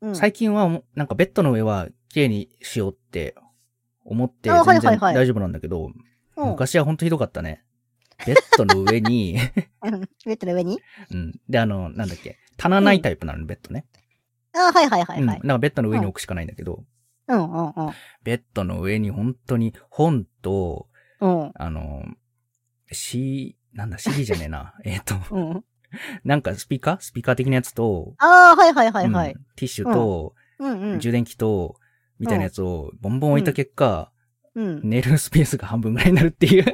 [SPEAKER 2] うん。
[SPEAKER 1] 最近はもうなんかベッドの上は綺麗にしようって思って
[SPEAKER 2] あはい
[SPEAKER 1] 全
[SPEAKER 2] はい
[SPEAKER 1] 然
[SPEAKER 2] はい
[SPEAKER 1] 大丈夫なんだけど、
[SPEAKER 2] うん、
[SPEAKER 1] 昔はほんとひどかったね。ベッドの上に、 [LAUGHS]
[SPEAKER 2] うん [LAUGHS] ベッドの上に
[SPEAKER 1] うん。で、あの、なんだっけ、棚ないタイプなの、ベッドね。
[SPEAKER 2] あはいはいはいはい
[SPEAKER 1] うん。。だからベッドの上に置くしかないんだけど、
[SPEAKER 2] うんうんうん。
[SPEAKER 1] ベッドの上に本当に本と、
[SPEAKER 2] うん。
[SPEAKER 1] あの、C、なんだ、CD じゃねえ
[SPEAKER 2] [LAUGHS]
[SPEAKER 1] な。えっと、
[SPEAKER 2] うん。
[SPEAKER 1] なんかスピーカースピーカー的なやつと、
[SPEAKER 2] ああ、はいはいはいは
[SPEAKER 1] う
[SPEAKER 2] い
[SPEAKER 1] ん。ティッシュと、
[SPEAKER 2] うんうん。
[SPEAKER 1] 充電器と、みたいなやつをボンボン置いた結果、
[SPEAKER 2] うん。
[SPEAKER 1] 寝るスペースが半分ぐらいになるっていう。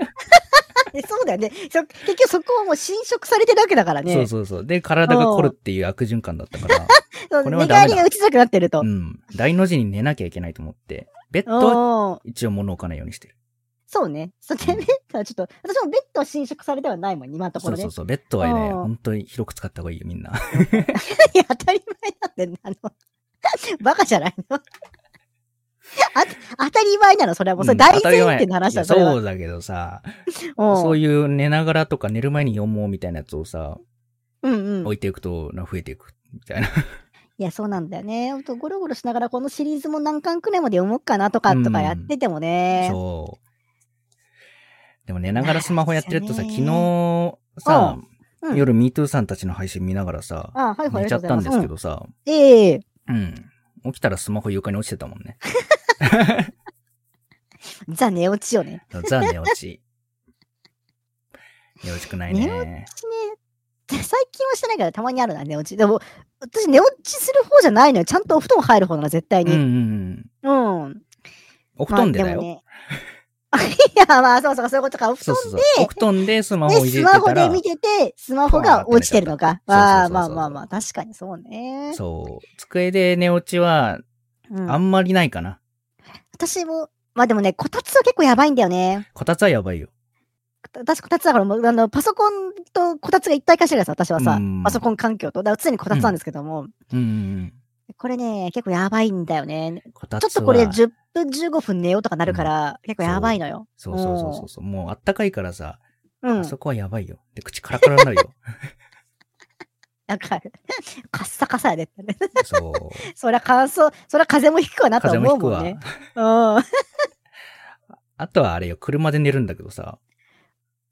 [SPEAKER 2] えそうだよね。そ結局そこはもう侵食されてるわけだからね。
[SPEAKER 1] そうそうそう。で、体が凝るっていう悪循環だったから、
[SPEAKER 2] そう
[SPEAKER 1] これは
[SPEAKER 2] 寝
[SPEAKER 1] ダメだ
[SPEAKER 2] 返りが打ちづらくなってると。
[SPEAKER 1] うん。大の字に寝なきゃいけないと思って、ベッドは
[SPEAKER 2] おー
[SPEAKER 1] 一応物置かないようにしてる。
[SPEAKER 2] そうね。そう、でベッドはちょっと、私もベッドは侵食されてはないもん、今のとこ
[SPEAKER 1] そ
[SPEAKER 2] ろ
[SPEAKER 1] う
[SPEAKER 2] ね。
[SPEAKER 1] そうそう。ベッドはね、
[SPEAKER 2] うん
[SPEAKER 1] 本当に広く使った方がいいよ、みんな。
[SPEAKER 2] [LAUGHS] いや、当たり前なんて、あの、 [LAUGHS] バカじゃないのあ [LAUGHS] 当たり前なの、それはもう。それ大前提の話だ、
[SPEAKER 1] うん
[SPEAKER 2] そ
[SPEAKER 1] 当たり前
[SPEAKER 2] れは。
[SPEAKER 1] いやそうだけどさ、
[SPEAKER 2] そ
[SPEAKER 1] そう
[SPEAKER 2] う
[SPEAKER 1] いう寝ながらとか寝る前に読もうみたいなやつをさ、
[SPEAKER 2] うんうん。
[SPEAKER 1] 置いていくと、な増えていく。みたいな。
[SPEAKER 2] いや、そうなんだよね。ほんとゴロゴロしながら、このシリーズも何巻くらいまで読もうかなとか、
[SPEAKER 1] うん
[SPEAKER 2] とかやっててもね。
[SPEAKER 1] そう。でも寝ながらスマホやってるとさ、昨
[SPEAKER 2] なるんです
[SPEAKER 1] 日さ、
[SPEAKER 2] うん
[SPEAKER 1] 夜 MeToo さんたちの配信見ながらさ、
[SPEAKER 2] あ、はいはい、あ
[SPEAKER 1] 寝
[SPEAKER 2] り
[SPEAKER 1] ちゃ
[SPEAKER 2] が
[SPEAKER 1] っ
[SPEAKER 2] とう
[SPEAKER 1] たん
[SPEAKER 2] ございます。
[SPEAKER 1] ですけどさ、
[SPEAKER 2] うんええ
[SPEAKER 1] うん。起きたらスマホ床に落ちてたもんね。
[SPEAKER 2] ザ寝落ちよね。
[SPEAKER 1] ザ寝落ち。
[SPEAKER 2] [LAUGHS]
[SPEAKER 1] よろしくない
[SPEAKER 2] 寝
[SPEAKER 1] ね。
[SPEAKER 2] 私ね、最近はしてないからたまにあるな、寝落ち。でも、私寝落ちする方じゃないのよ。ちゃんとお布団入る方なら絶対
[SPEAKER 1] うんうん
[SPEAKER 2] に。
[SPEAKER 1] うん。
[SPEAKER 2] うん。
[SPEAKER 1] お布団で
[SPEAKER 2] ま
[SPEAKER 1] だ
[SPEAKER 2] あ
[SPEAKER 1] よ。
[SPEAKER 2] もねいや、まあ、そうそう、そういうことか。お布
[SPEAKER 1] そう
[SPEAKER 2] 団
[SPEAKER 1] そうそう。お布団でスマホを
[SPEAKER 2] で、
[SPEAKER 1] いじって
[SPEAKER 2] スマホ
[SPEAKER 1] た
[SPEAKER 2] で
[SPEAKER 1] ら、
[SPEAKER 2] 見てて、スマホが落ちてるのか。
[SPEAKER 1] ポーン
[SPEAKER 2] まあ
[SPEAKER 1] ってなっ
[SPEAKER 2] ま
[SPEAKER 1] ちゃった
[SPEAKER 2] あ
[SPEAKER 1] そうそうそうそう
[SPEAKER 2] まあまあ、確かにそうね。
[SPEAKER 1] そう。机で寝落ちは、
[SPEAKER 2] うん
[SPEAKER 1] あんまりないかな。
[SPEAKER 2] 私も、まあでもね、こたつは結構やばいんだよね。
[SPEAKER 1] こたつはやばいよ。
[SPEAKER 2] 私こたつだからもう、あの、パソコンとこたつが一体化してるからさ、私はさ
[SPEAKER 1] うん、
[SPEAKER 2] パソコン環境と。だから常にこたつなんですけども、
[SPEAKER 1] うんうん
[SPEAKER 2] これね、結構やばいんだよね
[SPEAKER 1] う。ん。こたつ
[SPEAKER 2] ち
[SPEAKER 1] は。
[SPEAKER 2] ょっとこれで10分、15分寝ようとかなるから、結構やばいのよ。
[SPEAKER 1] そうそうそうそうそう。もうあったかいからさ、
[SPEAKER 2] うん
[SPEAKER 1] あ。そこはやばいよ。で、口カラカラになる
[SPEAKER 2] [LAUGHS]
[SPEAKER 1] よ。
[SPEAKER 2] なんか、 [LAUGHS] カッサカサやでって [LAUGHS] ね。
[SPEAKER 1] そう。
[SPEAKER 2] そりゃ乾燥、そりゃ風邪もひくわなとは
[SPEAKER 1] 風も
[SPEAKER 2] 思
[SPEAKER 1] ひく
[SPEAKER 2] うもん
[SPEAKER 1] わ
[SPEAKER 2] ね。。うん。
[SPEAKER 1] あとはあれよ、車で寝るんだけどさ、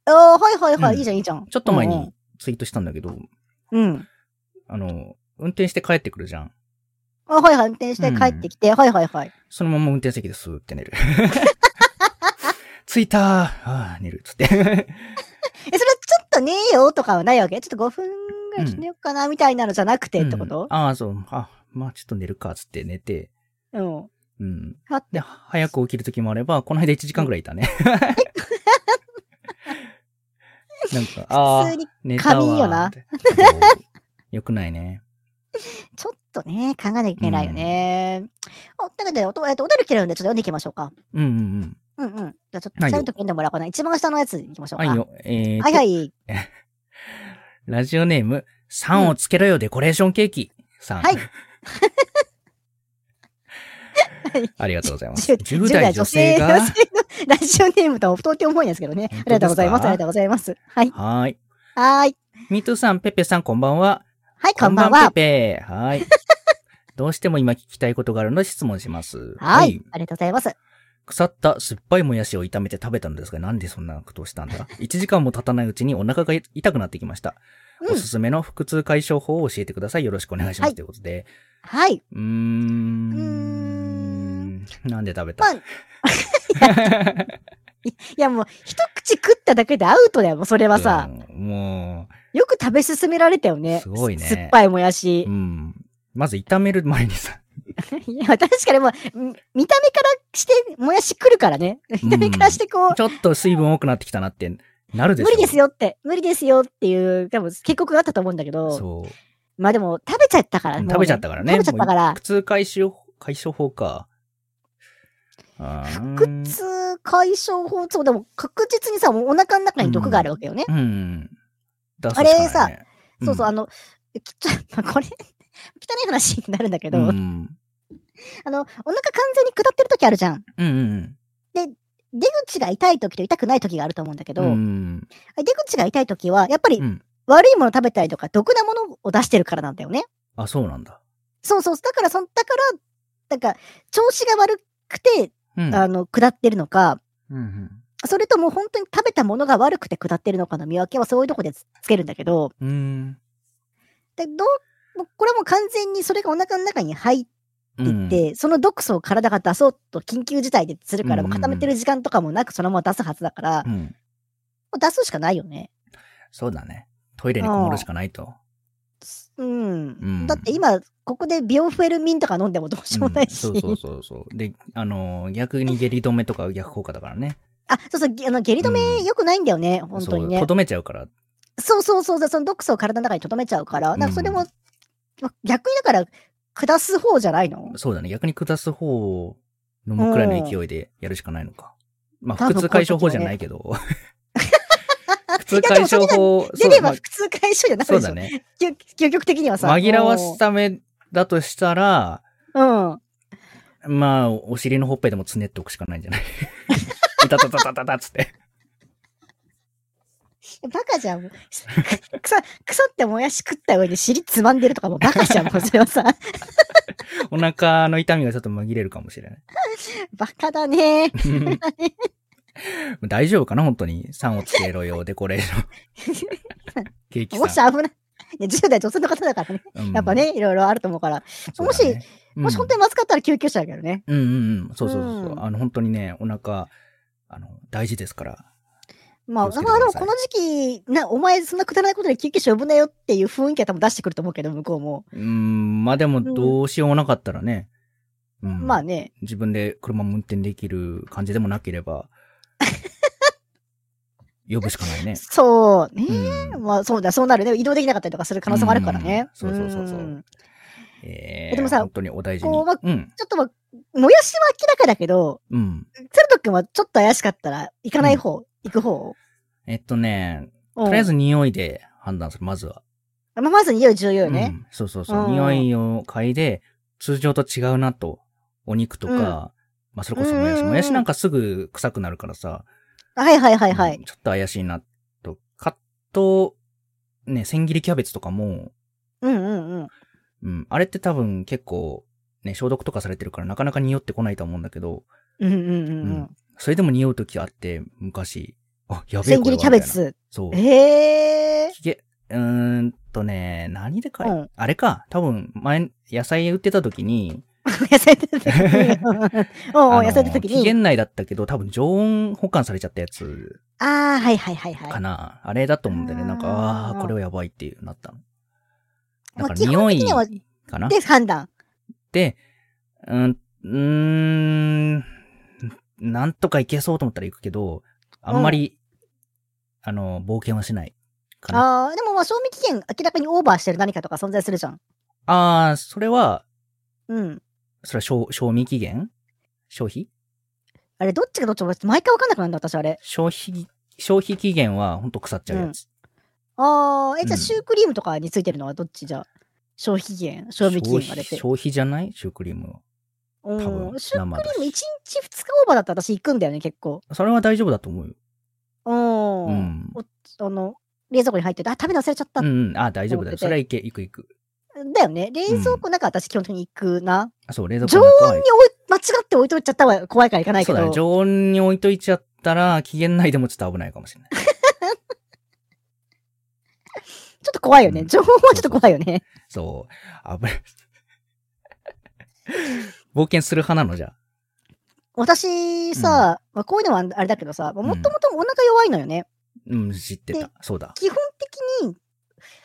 [SPEAKER 2] おー、はいはいは
[SPEAKER 1] うん
[SPEAKER 2] い、いいじゃん、いいじゃん。
[SPEAKER 1] ちょっと前にツイートしたんだけど、
[SPEAKER 2] うん。うん。
[SPEAKER 1] あの、運転して帰ってくるじゃん。
[SPEAKER 2] あ、はいはい、運転して帰ってきて、はいはいはい。
[SPEAKER 1] そのまま運転席でスーって寝
[SPEAKER 2] [LAUGHS]
[SPEAKER 1] る。着いたーあー寝る。つって。
[SPEAKER 2] え、それちょっとねえよとかはないわけちょっと5分ぐらいちょっと寝ようかな、みたいなのじゃなくてってこ
[SPEAKER 1] うん
[SPEAKER 2] と
[SPEAKER 1] ああ、そう。あ、まあちょっと寝るか、つって寝て。
[SPEAKER 2] うん。は
[SPEAKER 1] うん。
[SPEAKER 2] っ
[SPEAKER 1] で、早く起きる時もあれば、この間1時間ぐらいい
[SPEAKER 2] [LAUGHS]
[SPEAKER 1] たね。なんか、あ
[SPEAKER 2] 普
[SPEAKER 1] あ
[SPEAKER 2] 通、に、
[SPEAKER 1] 寝たわー
[SPEAKER 2] 仮いいよな
[SPEAKER 1] って。そう
[SPEAKER 2] [LAUGHS]
[SPEAKER 1] よくないね。
[SPEAKER 2] ちょっとね、考えなきゃいけないよね。あ、だけど、おとえっと、お便り来てるんで、ちょっと読んでいきましょうか。
[SPEAKER 1] うんうんうん。
[SPEAKER 2] うんうん。じゃあちょっ
[SPEAKER 1] は
[SPEAKER 2] と、
[SPEAKER 1] いよ
[SPEAKER 2] 最後と読んでもらおうかな。一番下のやついきましょう
[SPEAKER 1] は
[SPEAKER 2] か。
[SPEAKER 1] いよ。えー、
[SPEAKER 2] はいはい。
[SPEAKER 1] ラジオネーム、3をつけろよデコレーションケーキさん。
[SPEAKER 2] はい
[SPEAKER 1] [LAUGHS] ありがとうございます。
[SPEAKER 2] 10
[SPEAKER 1] 10代女性が、
[SPEAKER 2] 女性の [LAUGHS] ラジオネームとは太って重いんですけどね。あ
[SPEAKER 1] 本
[SPEAKER 2] り
[SPEAKER 1] 当ですか
[SPEAKER 2] がとうございます。ありがとうございます。はい。 [LAUGHS]
[SPEAKER 1] はーい。
[SPEAKER 2] はーい。
[SPEAKER 1] ミートさん、ペペさん、こんばんは。
[SPEAKER 2] はい、こんばんは。
[SPEAKER 1] ペペ。はー
[SPEAKER 2] [LAUGHS]
[SPEAKER 1] い。どうしても今聞きたいことがあるので質問します。
[SPEAKER 2] はい。ありがとうございます。
[SPEAKER 1] 腐った酸っぱいもやしを炒めて食べたのですが、なんでそんなことをしたん
[SPEAKER 2] [LAUGHS]
[SPEAKER 1] だ ?1 時間も経たないうちにお腹が痛くなってきました。
[SPEAKER 2] う
[SPEAKER 1] お
[SPEAKER 2] ん
[SPEAKER 1] す。すめの腹痛解消法を教えてください。よろしくお願いします。
[SPEAKER 2] はい
[SPEAKER 1] ということで。
[SPEAKER 2] はい。
[SPEAKER 1] うーん。なんで食べた
[SPEAKER 2] まあいやもう、一口食っただけでアウトだよ、もうそれはさ。
[SPEAKER 1] うんも
[SPEAKER 2] よく食べ進められたよね。
[SPEAKER 1] すごいね
[SPEAKER 2] す酸っぱいもや
[SPEAKER 1] う、
[SPEAKER 2] し
[SPEAKER 1] う。ん。まず炒める前に
[SPEAKER 2] [LAUGHS]
[SPEAKER 1] さ、
[SPEAKER 2] いや、確かにもう、ん見た目からして、もやし来るからね。見た目からしてこう、
[SPEAKER 1] ちょっと水分多くなってきたなってなるでしょ。
[SPEAKER 2] 無理ですよって、無理ですよっていう、多分、警告があったと思うんだけど、
[SPEAKER 1] そう。
[SPEAKER 2] まあでも、食べちゃったから、もうね
[SPEAKER 1] 食べちゃったからね
[SPEAKER 2] 食べちゃったから
[SPEAKER 1] 腹、痛解消、解消法か。腹
[SPEAKER 2] 腹痛解消法、そう、でも確実にさ、もうお腹の中に毒があるわけよね。
[SPEAKER 1] うん。出すしか
[SPEAKER 2] あ
[SPEAKER 1] ないね
[SPEAKER 2] れさ、そうそう、あ
[SPEAKER 1] の、
[SPEAKER 2] の、きっと、 [LAUGHS] まあこれ、汚い話になるんだけど、
[SPEAKER 1] うん、う
[SPEAKER 2] あ
[SPEAKER 1] ん
[SPEAKER 2] の、お腹完全に下ってる時あるじゃん。
[SPEAKER 1] うんうん。
[SPEAKER 2] 出口が痛い時と痛くない時があると思うんだけど、
[SPEAKER 1] うん
[SPEAKER 2] 出口が痛い時は、やっぱり
[SPEAKER 1] うん
[SPEAKER 2] 悪いもの食べたりとか、毒なものを出してるからなんだよね。
[SPEAKER 1] あ、そうなんだ。
[SPEAKER 2] そうそう。だから、そん、だから、なんか、調子が悪くて、
[SPEAKER 1] うん。
[SPEAKER 2] あの、下ってるのか、
[SPEAKER 1] うんうん
[SPEAKER 2] それとも本当に食べたものが悪くて下ってるのかの見分けはそういうとこでつつけるんだけど、
[SPEAKER 1] うん。
[SPEAKER 2] で、どう、もうこれはもう完全にそれがお腹の中に入っ
[SPEAKER 1] う
[SPEAKER 2] てっ
[SPEAKER 1] ん。
[SPEAKER 2] て、その毒素を体が出そうと緊急事態でするから、
[SPEAKER 1] うんう
[SPEAKER 2] も
[SPEAKER 1] ん
[SPEAKER 2] う
[SPEAKER 1] うん
[SPEAKER 2] 固めてる時間とかもなくそのまま出すはずだから、
[SPEAKER 1] う
[SPEAKER 2] も
[SPEAKER 1] ん。
[SPEAKER 2] う出すしかないよね。
[SPEAKER 1] そうだね。トイレにこもるしかない
[SPEAKER 2] [LAUGHS]
[SPEAKER 1] と。
[SPEAKER 2] うん。
[SPEAKER 1] ん
[SPEAKER 2] だって今、ここでビオフェルミンとか飲んでもどうしようもないし。
[SPEAKER 1] うんそうそうそうそう。で、あのー、逆に下痢止めとか逆効果だからね。
[SPEAKER 2] [LAUGHS] あ、そうそう、あの、下痢止め良くないんだよね、本当に
[SPEAKER 1] そう
[SPEAKER 2] ね
[SPEAKER 1] と。どめちゃうから。
[SPEAKER 2] そうそうそうそう、その毒素を体の中に留めちゃうから、なんかそれも、
[SPEAKER 1] う
[SPEAKER 2] ま逆にだから、下す方じゃないの
[SPEAKER 1] そうだね。逆に下す方のむくらいの勢いでやるしかないのか。まあ、
[SPEAKER 2] 多分
[SPEAKER 1] 腹痛解消法じゃないけど。 [LAUGHS] 腹痛
[SPEAKER 2] [LAUGHS] いやで
[SPEAKER 1] 解
[SPEAKER 2] もそれ
[SPEAKER 1] 消
[SPEAKER 2] が
[SPEAKER 1] 法、
[SPEAKER 2] 出
[SPEAKER 1] そう
[SPEAKER 2] れ
[SPEAKER 1] ま
[SPEAKER 2] ば
[SPEAKER 1] あ
[SPEAKER 2] 普通解消じゃないでし
[SPEAKER 1] そ
[SPEAKER 2] ょ
[SPEAKER 1] うだね。
[SPEAKER 2] 究究極的にはさ。
[SPEAKER 1] 紛らわすためだとしたら、
[SPEAKER 2] うん。
[SPEAKER 1] まあ、お尻のほっぺでもつねっておくしかないんじゃない [LAUGHS] いたたたたたたっつって。
[SPEAKER 2] バカじゃん。も [LAUGHS] う草、草ってもやし食った上に尻つまんでるとかもうバカじゃん。もうそれ
[SPEAKER 1] [LAUGHS]
[SPEAKER 2] はさ、
[SPEAKER 1] お腹の痛みがちょっと紛れるかもしれない。
[SPEAKER 2] バカだね。
[SPEAKER 1] 大丈夫かな本当に。3をつけろよ、デコレーシ
[SPEAKER 2] [LAUGHS]
[SPEAKER 1] ョン。ケーキ
[SPEAKER 2] もし
[SPEAKER 1] さ
[SPEAKER 2] 危ない。いや10代女性の方だからね。
[SPEAKER 1] ん。うん
[SPEAKER 2] やっぱ、ね、いろいろあると思うから。もし
[SPEAKER 1] そうだね
[SPEAKER 2] もし本当にまずかったら救急車だけどね。
[SPEAKER 1] うんうんうん。そうそうそうそう
[SPEAKER 2] うん
[SPEAKER 1] あの、本当にね、お腹、あの、大事ですから。
[SPEAKER 2] まあ、
[SPEAKER 1] 気をつけて
[SPEAKER 2] まあで
[SPEAKER 1] くだ
[SPEAKER 2] も
[SPEAKER 1] さい
[SPEAKER 2] この時期、な、お前そんなくだらないことで救急車呼ぶなよっていう雰囲気は多分出してくると思うけど、向こうも。
[SPEAKER 1] うん、まあでも、どうしようもなかったらね。うん。
[SPEAKER 2] まあね。
[SPEAKER 1] 自分で車も運転できる感じでもなけれ
[SPEAKER 2] [LAUGHS]
[SPEAKER 1] ば、呼ぶしかないね。
[SPEAKER 2] そう。ね
[SPEAKER 1] うん。
[SPEAKER 2] まあそうだ、そうなるね。移動できなかったりとかする可能性もあるからね。
[SPEAKER 1] うんそうそうそうそうんえー、
[SPEAKER 2] えでもさ
[SPEAKER 1] 本当にお大事に。
[SPEAKER 2] こうま
[SPEAKER 1] うん。
[SPEAKER 2] ちょっとまあ、もやしは明らかだけど、
[SPEAKER 1] うん。
[SPEAKER 2] セルト君はちょっと怪しかったら、行かない方、行く方
[SPEAKER 1] えっとね、
[SPEAKER 2] と
[SPEAKER 1] とりあえず匂いで判断する、まずは。
[SPEAKER 2] まあ、まず匂い重要よ
[SPEAKER 1] う
[SPEAKER 2] ね。
[SPEAKER 1] ん。そうそうそう。
[SPEAKER 2] うん
[SPEAKER 1] 匂いを嗅いで、通常と違うなと、お肉とか、
[SPEAKER 2] うん
[SPEAKER 1] まあそれこそもや
[SPEAKER 2] うんうん
[SPEAKER 1] し。
[SPEAKER 2] うん
[SPEAKER 1] もやしなんかすぐ臭くなるからさ、
[SPEAKER 2] はいはいはいは
[SPEAKER 1] う
[SPEAKER 2] い
[SPEAKER 1] ん。ちょっと怪しいなと、カット、ね、千切りキャベツとかも、
[SPEAKER 2] うんうんうん。
[SPEAKER 1] うん、あれって多分結構、ね、消毒とかされてるからなかなか匂ってこないと思うんだけど、
[SPEAKER 2] うんうんうんう
[SPEAKER 1] うん
[SPEAKER 2] ん。
[SPEAKER 1] それでも匂う時あって、昔、あ、やべえ
[SPEAKER 2] 千
[SPEAKER 1] こ
[SPEAKER 2] 切
[SPEAKER 1] れは
[SPEAKER 2] りキャベ。
[SPEAKER 1] みたいな
[SPEAKER 2] ツ。
[SPEAKER 1] そう。
[SPEAKER 2] ええ
[SPEAKER 1] ひげ、うーんとね、何でかい、
[SPEAKER 2] うん
[SPEAKER 1] あれか、多分、前、野菜売ってた時に、
[SPEAKER 2] ー。 [LAUGHS] 痩せてた時
[SPEAKER 1] [LAUGHS]
[SPEAKER 2] に。うんうん、
[SPEAKER 1] あの
[SPEAKER 2] 痩せてた時
[SPEAKER 1] 期
[SPEAKER 2] に。
[SPEAKER 1] 限内だったけど、多分常温保管されちゃったやつ
[SPEAKER 2] ああ、はいはいはいは
[SPEAKER 1] か
[SPEAKER 2] い。
[SPEAKER 1] な。あれだと思うんだよね。なんか、
[SPEAKER 2] あ
[SPEAKER 1] ああ
[SPEAKER 2] ー
[SPEAKER 1] ー、これはやばいっていうなったの。
[SPEAKER 2] ま
[SPEAKER 1] だ
[SPEAKER 2] あ
[SPEAKER 1] から
[SPEAKER 2] 基本
[SPEAKER 1] 匂
[SPEAKER 2] 的
[SPEAKER 1] い
[SPEAKER 2] には
[SPEAKER 1] かな。
[SPEAKER 2] で判断。
[SPEAKER 1] で、うん、うーん、なんとかいけそうと思ったら行くけど、あんまり、あの、冒険はしないかな。
[SPEAKER 2] ああ、でもまあ賞味期限明らかにオーバーしてる何かとか存在するじゃん。
[SPEAKER 1] ああー、それは、
[SPEAKER 2] うん。
[SPEAKER 1] それは賞賞味期限消費
[SPEAKER 2] あれ、どっちがどっちも毎回わかんなくなるんだ、私あれ。
[SPEAKER 1] 消費、消費期限はほんと腐っちゃうやつ。
[SPEAKER 2] ああ、え、じゃ
[SPEAKER 1] うん
[SPEAKER 2] あシュークリームとかについてるのはどっちじゃあ消費期限、賞味期限が出て。
[SPEAKER 1] 消費じゃないシュークリームは。多
[SPEAKER 2] うん
[SPEAKER 1] 分、
[SPEAKER 2] シュー
[SPEAKER 1] 生
[SPEAKER 2] ク
[SPEAKER 1] だ
[SPEAKER 2] リーム1日2
[SPEAKER 1] し
[SPEAKER 2] 日オーバーだったら私行くんだよね、結構。
[SPEAKER 1] それは大丈夫だと思うよ。
[SPEAKER 2] うん。
[SPEAKER 1] うん。
[SPEAKER 2] あの、冷蔵庫に入ってて、あ、食べ忘れちゃった。
[SPEAKER 1] うんうん。あ、大丈夫だよ。
[SPEAKER 2] 思ってて
[SPEAKER 1] それはいけ、いくいく。
[SPEAKER 2] だよね。冷蔵庫なんか私基本的に行くな。
[SPEAKER 1] あ、そう、冷蔵庫
[SPEAKER 2] 常
[SPEAKER 1] の中は
[SPEAKER 2] 温に置い、間違って置いといちゃったは怖いから行かない
[SPEAKER 1] そ
[SPEAKER 2] け
[SPEAKER 1] う
[SPEAKER 2] ど。
[SPEAKER 1] だね。常温に置いといちゃったら、期限内でもちょっと危ないかもしれない。
[SPEAKER 2] ちょっと怖いよね。
[SPEAKER 1] うん
[SPEAKER 2] 常温はちょっと怖いよね。
[SPEAKER 1] そう。危ない。冒険する派なのじゃあ。
[SPEAKER 2] [LAUGHS] 私さ、まあ、こういうのはあれだけどさ、まあもともとお腹弱いのよね。
[SPEAKER 1] うん、知ってた
[SPEAKER 2] で。
[SPEAKER 1] そうだ。
[SPEAKER 2] 基本的に、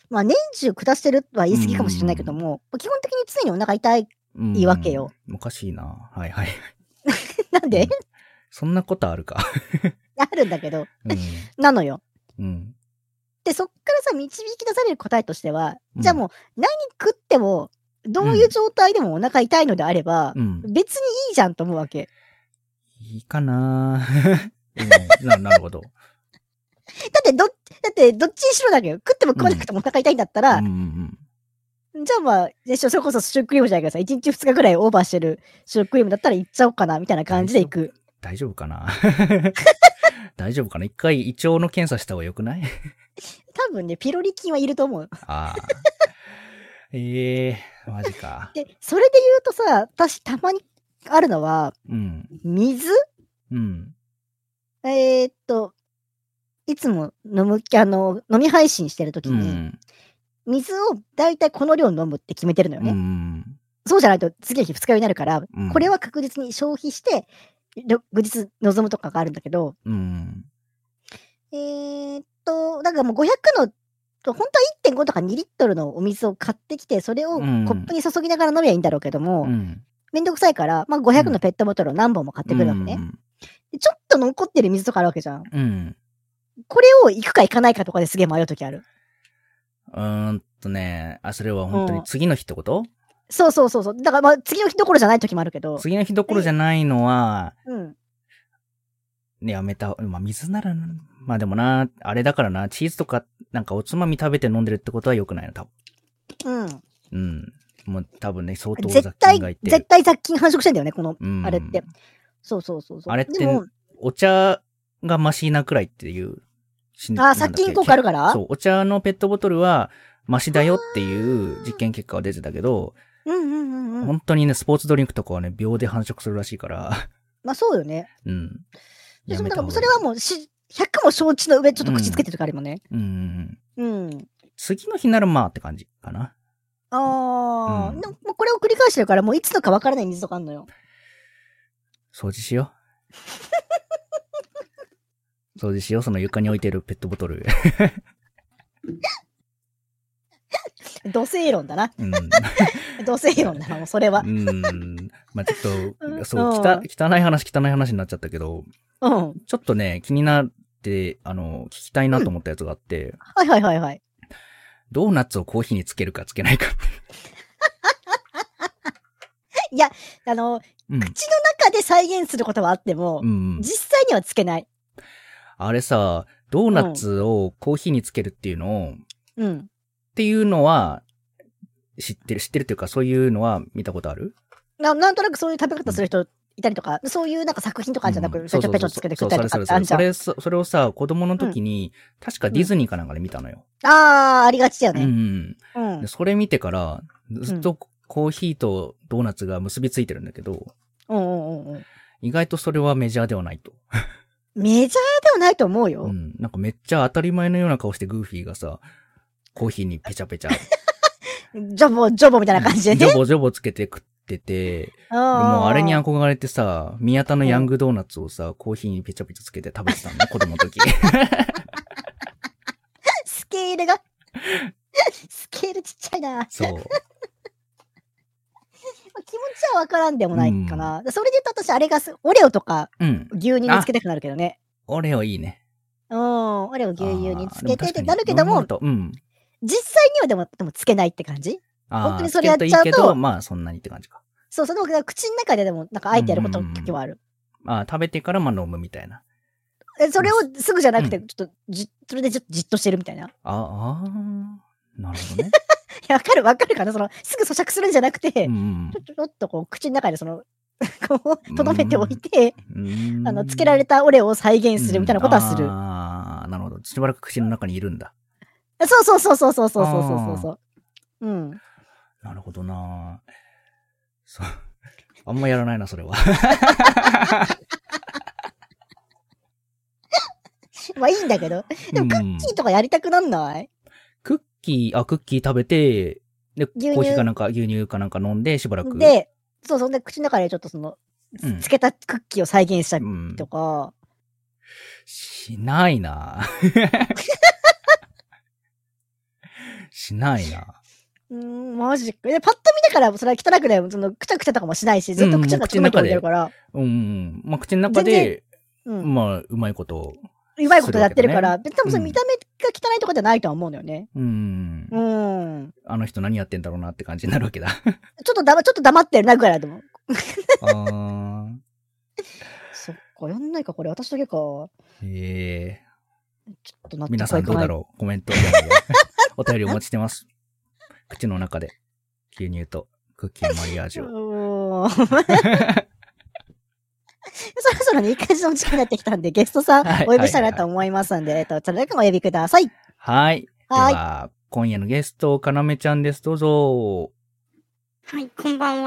[SPEAKER 2] まあ年中下してるとは言い過ぎかもしれないけども、まあ基本的に常にお腹痛い。 [LAUGHS]
[SPEAKER 1] うん
[SPEAKER 2] いいわけよ。
[SPEAKER 1] おかしいな。はいはい。
[SPEAKER 2] なん
[SPEAKER 1] う
[SPEAKER 2] で
[SPEAKER 1] んそんなことあるか。
[SPEAKER 2] [LAUGHS] あるんだけど、
[SPEAKER 1] うん。
[SPEAKER 2] なのよ。
[SPEAKER 1] うん。
[SPEAKER 2] で、そっからさ、導き出される答えとしては、
[SPEAKER 1] うん
[SPEAKER 2] じゃあもう何食っても、どういう状態でもお腹痛いのであれば、
[SPEAKER 1] うん。
[SPEAKER 2] 別にいいじゃんと思うわけ。
[SPEAKER 1] いいか
[SPEAKER 2] [LAUGHS]
[SPEAKER 1] なうんななるほど。
[SPEAKER 2] だってどっ、だってどっちにしろだけど、食っても食わなくてもお腹痛いんだった
[SPEAKER 1] うん
[SPEAKER 2] ら、
[SPEAKER 1] うんうん。
[SPEAKER 2] じゃあまあ、でそれこそシュークリームじゃないけどさ、1日2日ぐらいオーバーしてるシュークリームだったら行っちゃおうかな、みたいな感じで行く。
[SPEAKER 1] 大丈夫かな [LAUGHS] 大丈夫かな一回胃腸の検査した方がよくない
[SPEAKER 2] 多分ね、ピロリ菌はいると思う。
[SPEAKER 1] ああ。ええマジか。
[SPEAKER 2] で、それで言うとさ、私たまにあるのは、
[SPEAKER 1] うん。
[SPEAKER 2] 水
[SPEAKER 1] うん。
[SPEAKER 2] えーっと、いつも飲む、あの、飲み配信してるとき
[SPEAKER 1] う
[SPEAKER 2] に、
[SPEAKER 1] ん。
[SPEAKER 2] 水をだいたいこの量飲むって決めてるのよ
[SPEAKER 1] う
[SPEAKER 2] ね。
[SPEAKER 1] ん。
[SPEAKER 2] そうじゃないと次の日2日酔いになるから、
[SPEAKER 1] うん
[SPEAKER 2] これは確実に消費して、翌日臨むとかがあるんだけど、
[SPEAKER 1] うん。
[SPEAKER 2] えー、っと、だからもう500の、本当は1.5とか2リットルのお水を買ってきて、それをコ
[SPEAKER 1] うん
[SPEAKER 2] ップに注ぎながら飲めばいいんだろうけども、
[SPEAKER 1] うん。
[SPEAKER 2] めんどくさいから、まあ、500のペットボトルを何本も買ってくるわけね。でちょっと残ってる水とかあるわけじゃん。
[SPEAKER 1] うん。うん。
[SPEAKER 2] これを行くか行かないかとかですげえ迷うときある。
[SPEAKER 1] うーんとね、あ、それは本当
[SPEAKER 2] う
[SPEAKER 1] に
[SPEAKER 2] ん
[SPEAKER 1] 次の日ってこと
[SPEAKER 2] そうそうそうそう。だからまあ次の日どころじゃない時もあるけど。
[SPEAKER 1] 次の日どころじゃないのは、
[SPEAKER 2] うん。
[SPEAKER 1] ね、やめた、まあ水なら、まあでもな、あれだからな、チーズとか、なんかおつまみ食べて飲んでるってことは良くないな、多分。
[SPEAKER 2] うん。
[SPEAKER 1] うん。もう多分ね、相当雑
[SPEAKER 2] 絶対
[SPEAKER 1] 菌がい、て
[SPEAKER 2] 絶
[SPEAKER 1] る。
[SPEAKER 2] 対雑菌繁殖してんだよね、この、
[SPEAKER 1] うん
[SPEAKER 2] あれって。そうそうそうそう。
[SPEAKER 1] あれって
[SPEAKER 2] でも
[SPEAKER 1] お茶がマシなくらいっていう。しん
[SPEAKER 2] あー、
[SPEAKER 1] なんだっ
[SPEAKER 2] 殺
[SPEAKER 1] け
[SPEAKER 2] 菌効果あるから
[SPEAKER 1] そう、お茶のペットボトルは、マシだよっていう実験結果は出てたけど、
[SPEAKER 2] うんうんうんうん。
[SPEAKER 1] 本当にね、スポーツドリンクとかはね、秒で繁殖するらしいから、
[SPEAKER 2] まあそうよね。
[SPEAKER 1] うん。
[SPEAKER 2] で
[SPEAKER 1] や
[SPEAKER 2] その
[SPEAKER 1] め
[SPEAKER 2] だ
[SPEAKER 1] た
[SPEAKER 2] か
[SPEAKER 1] 方が
[SPEAKER 2] らそれはもうし、100も承知の上、ちょっと口つけてるとかあるもんね。
[SPEAKER 1] うんうんうん。
[SPEAKER 2] うん。
[SPEAKER 1] 次の日ならまあって感じかな。
[SPEAKER 2] あ
[SPEAKER 1] う
[SPEAKER 2] あ、
[SPEAKER 1] ん
[SPEAKER 2] でももうこれを繰り返してるから、もういつのかわからない水とかあるのよ。
[SPEAKER 1] 掃除しよう。 [LAUGHS] 掃除しよう、その床に置いてるペットボトル。
[SPEAKER 2] 土星論だな。 [LAUGHS]
[SPEAKER 1] うん。
[SPEAKER 2] 土星論だな、もうそれは
[SPEAKER 1] う。ん。まあちょっと、そう、
[SPEAKER 2] うん
[SPEAKER 1] きた汚い話、汚い話になっちゃったけど、
[SPEAKER 2] うん。は
[SPEAKER 1] ちょっとね、気になって、あの、聞きたいなと思ったやつがあって、
[SPEAKER 2] いはいはいはい。
[SPEAKER 1] ドーナツをコーヒーにつけるかつけないか。
[SPEAKER 2] あの、
[SPEAKER 1] うん。
[SPEAKER 2] 口の中で再現することはあっても
[SPEAKER 1] う、ん。
[SPEAKER 2] 実際にはつけない。
[SPEAKER 1] あれさ、ドーナツをコーヒーにつけるっていうのを、っ
[SPEAKER 2] うん。
[SPEAKER 1] ていうのは、知ってる、知ってるというか、そういうのは見たことある
[SPEAKER 2] ななんとなくそういう食べ方する人いたりとか、そういうなんか作品とかあるじゃな
[SPEAKER 1] う
[SPEAKER 2] く、
[SPEAKER 1] ん
[SPEAKER 2] ちょちょちょち
[SPEAKER 1] そ
[SPEAKER 2] ょつ
[SPEAKER 1] うそ
[SPEAKER 2] け
[SPEAKER 1] う
[SPEAKER 2] て
[SPEAKER 1] そ
[SPEAKER 2] く
[SPEAKER 1] う
[SPEAKER 2] れたりと
[SPEAKER 1] そ
[SPEAKER 2] か
[SPEAKER 1] う
[SPEAKER 2] っ
[SPEAKER 1] そ
[SPEAKER 2] て
[SPEAKER 1] う
[SPEAKER 2] あ
[SPEAKER 1] そうそ
[SPEAKER 2] るじゃん。
[SPEAKER 1] れ、そそれをさ、子供の時に、確かディズニーかなんかで見たのよ。
[SPEAKER 2] あー、ありがちだよ
[SPEAKER 1] う
[SPEAKER 2] ね。
[SPEAKER 1] ん。
[SPEAKER 2] うん
[SPEAKER 1] で。それ見てから、ずっとコーヒーとドーナツが結びついてるんだけど、
[SPEAKER 2] うんうんうんうん。
[SPEAKER 1] 意外とそれはメジャーではないと。
[SPEAKER 2] メジャーではないと思うよ。
[SPEAKER 1] うん。なんかめっちゃ当たり前のような顔してグーフィーがさ、コーヒーにペチャペチャ。
[SPEAKER 2] ジョボ、ジョボみた [LAUGHS] いな感じで
[SPEAKER 1] ジ
[SPEAKER 2] ね。
[SPEAKER 1] ョボジョボつけて食ってて、で
[SPEAKER 2] も
[SPEAKER 1] もうあれに憧れてさ、宮田のヤングドーナツをさ、コーヒーにペチャペチャつけて食べてたの
[SPEAKER 2] [LAUGHS]
[SPEAKER 1] ね、子供の時。
[SPEAKER 2] スケールが、 [LAUGHS] スケールちっちゃいな。
[SPEAKER 1] そう。
[SPEAKER 2] まあ気持ちはわからんでもないかな。それで言うと私、あれがす、オレオとか
[SPEAKER 1] うん。
[SPEAKER 2] 牛乳につけたくなるけどね。
[SPEAKER 1] オレオいいね。
[SPEAKER 2] うん、オレオ牛乳につけてってなるけ
[SPEAKER 1] あーで
[SPEAKER 2] ど
[SPEAKER 1] も確、かにヨー
[SPEAKER 2] も
[SPEAKER 1] グルトうん。
[SPEAKER 2] 実際にはでも、でもつけないって感じ
[SPEAKER 1] あー
[SPEAKER 2] 本当にそれやっちゃうと
[SPEAKER 1] つけるいいけど、まあそんなにって感じか。
[SPEAKER 2] そう、その口の中ででも、なんかあえてやること、
[SPEAKER 1] うんうんうん
[SPEAKER 2] 時はある。
[SPEAKER 1] まあ食べてからまあ飲むみたいな。
[SPEAKER 2] えそれをすぐじゃなくて、
[SPEAKER 1] う
[SPEAKER 2] ちょっとじ、それでちょっとじっとしてるみたいな。い [LAUGHS]
[SPEAKER 1] ああー、なるほどね。
[SPEAKER 2] やわかるわかるかなその、すぐ咀嚼するんじゃなくて、
[SPEAKER 1] うんうん
[SPEAKER 2] ちょちょっとこう、口の中でその、 [LAUGHS] こう、とどめておいて、
[SPEAKER 1] うん。
[SPEAKER 2] あの、つけられたオレオを再現するみたいなことはする。
[SPEAKER 1] うんああ、なるほど。しばらく口の中にいるんだ。
[SPEAKER 2] そうそうそうそうそうそうそうそうそう。うん。
[SPEAKER 1] なるほどなそう。 [LAUGHS] あんまやらないな、それは。
[SPEAKER 2] まあいいんだけど。でもク
[SPEAKER 1] うん
[SPEAKER 2] ッキーとかやりたくなんない
[SPEAKER 1] クッキー、あ、クッキー食べて、で、コ
[SPEAKER 2] 牛乳
[SPEAKER 1] ーヒーかなんか、牛乳かなんか飲んで、しばらく。、
[SPEAKER 2] で、そうそう。で、口の中でちょっとその、
[SPEAKER 1] うん
[SPEAKER 2] つけたクッキーを再現した
[SPEAKER 1] う
[SPEAKER 2] り
[SPEAKER 1] ん
[SPEAKER 2] と。か。
[SPEAKER 1] しない
[SPEAKER 2] [LAUGHS]
[SPEAKER 1] なしないな
[SPEAKER 2] うーん、マジか。で、パッと見てから、それは汚くない。その、くちゃくちゃとかもしないし、ずっと口の中
[SPEAKER 1] うんもう口の中で
[SPEAKER 2] でてるから。
[SPEAKER 1] うんうん。まあ、口の中で、
[SPEAKER 2] うん。
[SPEAKER 1] まあ、うまいこと。
[SPEAKER 2] うまいことやってるから。で、多分そ
[SPEAKER 1] うん
[SPEAKER 2] の見た目が汚いとかじゃないとは思うんだよね。
[SPEAKER 1] うん。
[SPEAKER 2] うん。
[SPEAKER 1] あの人何やってんだろうなって感じになるわけ
[SPEAKER 2] [LAUGHS]
[SPEAKER 1] だ。
[SPEAKER 2] ちょっとだま、ちょっと黙ってるなぐらいだと思う。
[SPEAKER 1] あー
[SPEAKER 2] そっか、やんないか、これ。私だけか。ちょ
[SPEAKER 1] えー
[SPEAKER 2] っと納得
[SPEAKER 1] 皆さんどうだ
[SPEAKER 2] う
[SPEAKER 1] ろうコメント。
[SPEAKER 2] [LAUGHS]
[SPEAKER 1] お便りお待ちしてます。口の中で、牛乳とクッキーのマリアージュを。
[SPEAKER 2] うーん。 [LAUGHS] そろそろね、いい感じの時間になってきたんで、ゲストさん
[SPEAKER 1] はい
[SPEAKER 2] お呼びしたいなと思いますんで、えっと、それだけお呼びください。
[SPEAKER 1] はい。で
[SPEAKER 2] はい。
[SPEAKER 1] は、今夜のゲスト、かなめちゃんです。どうぞ。
[SPEAKER 3] はい、こんばん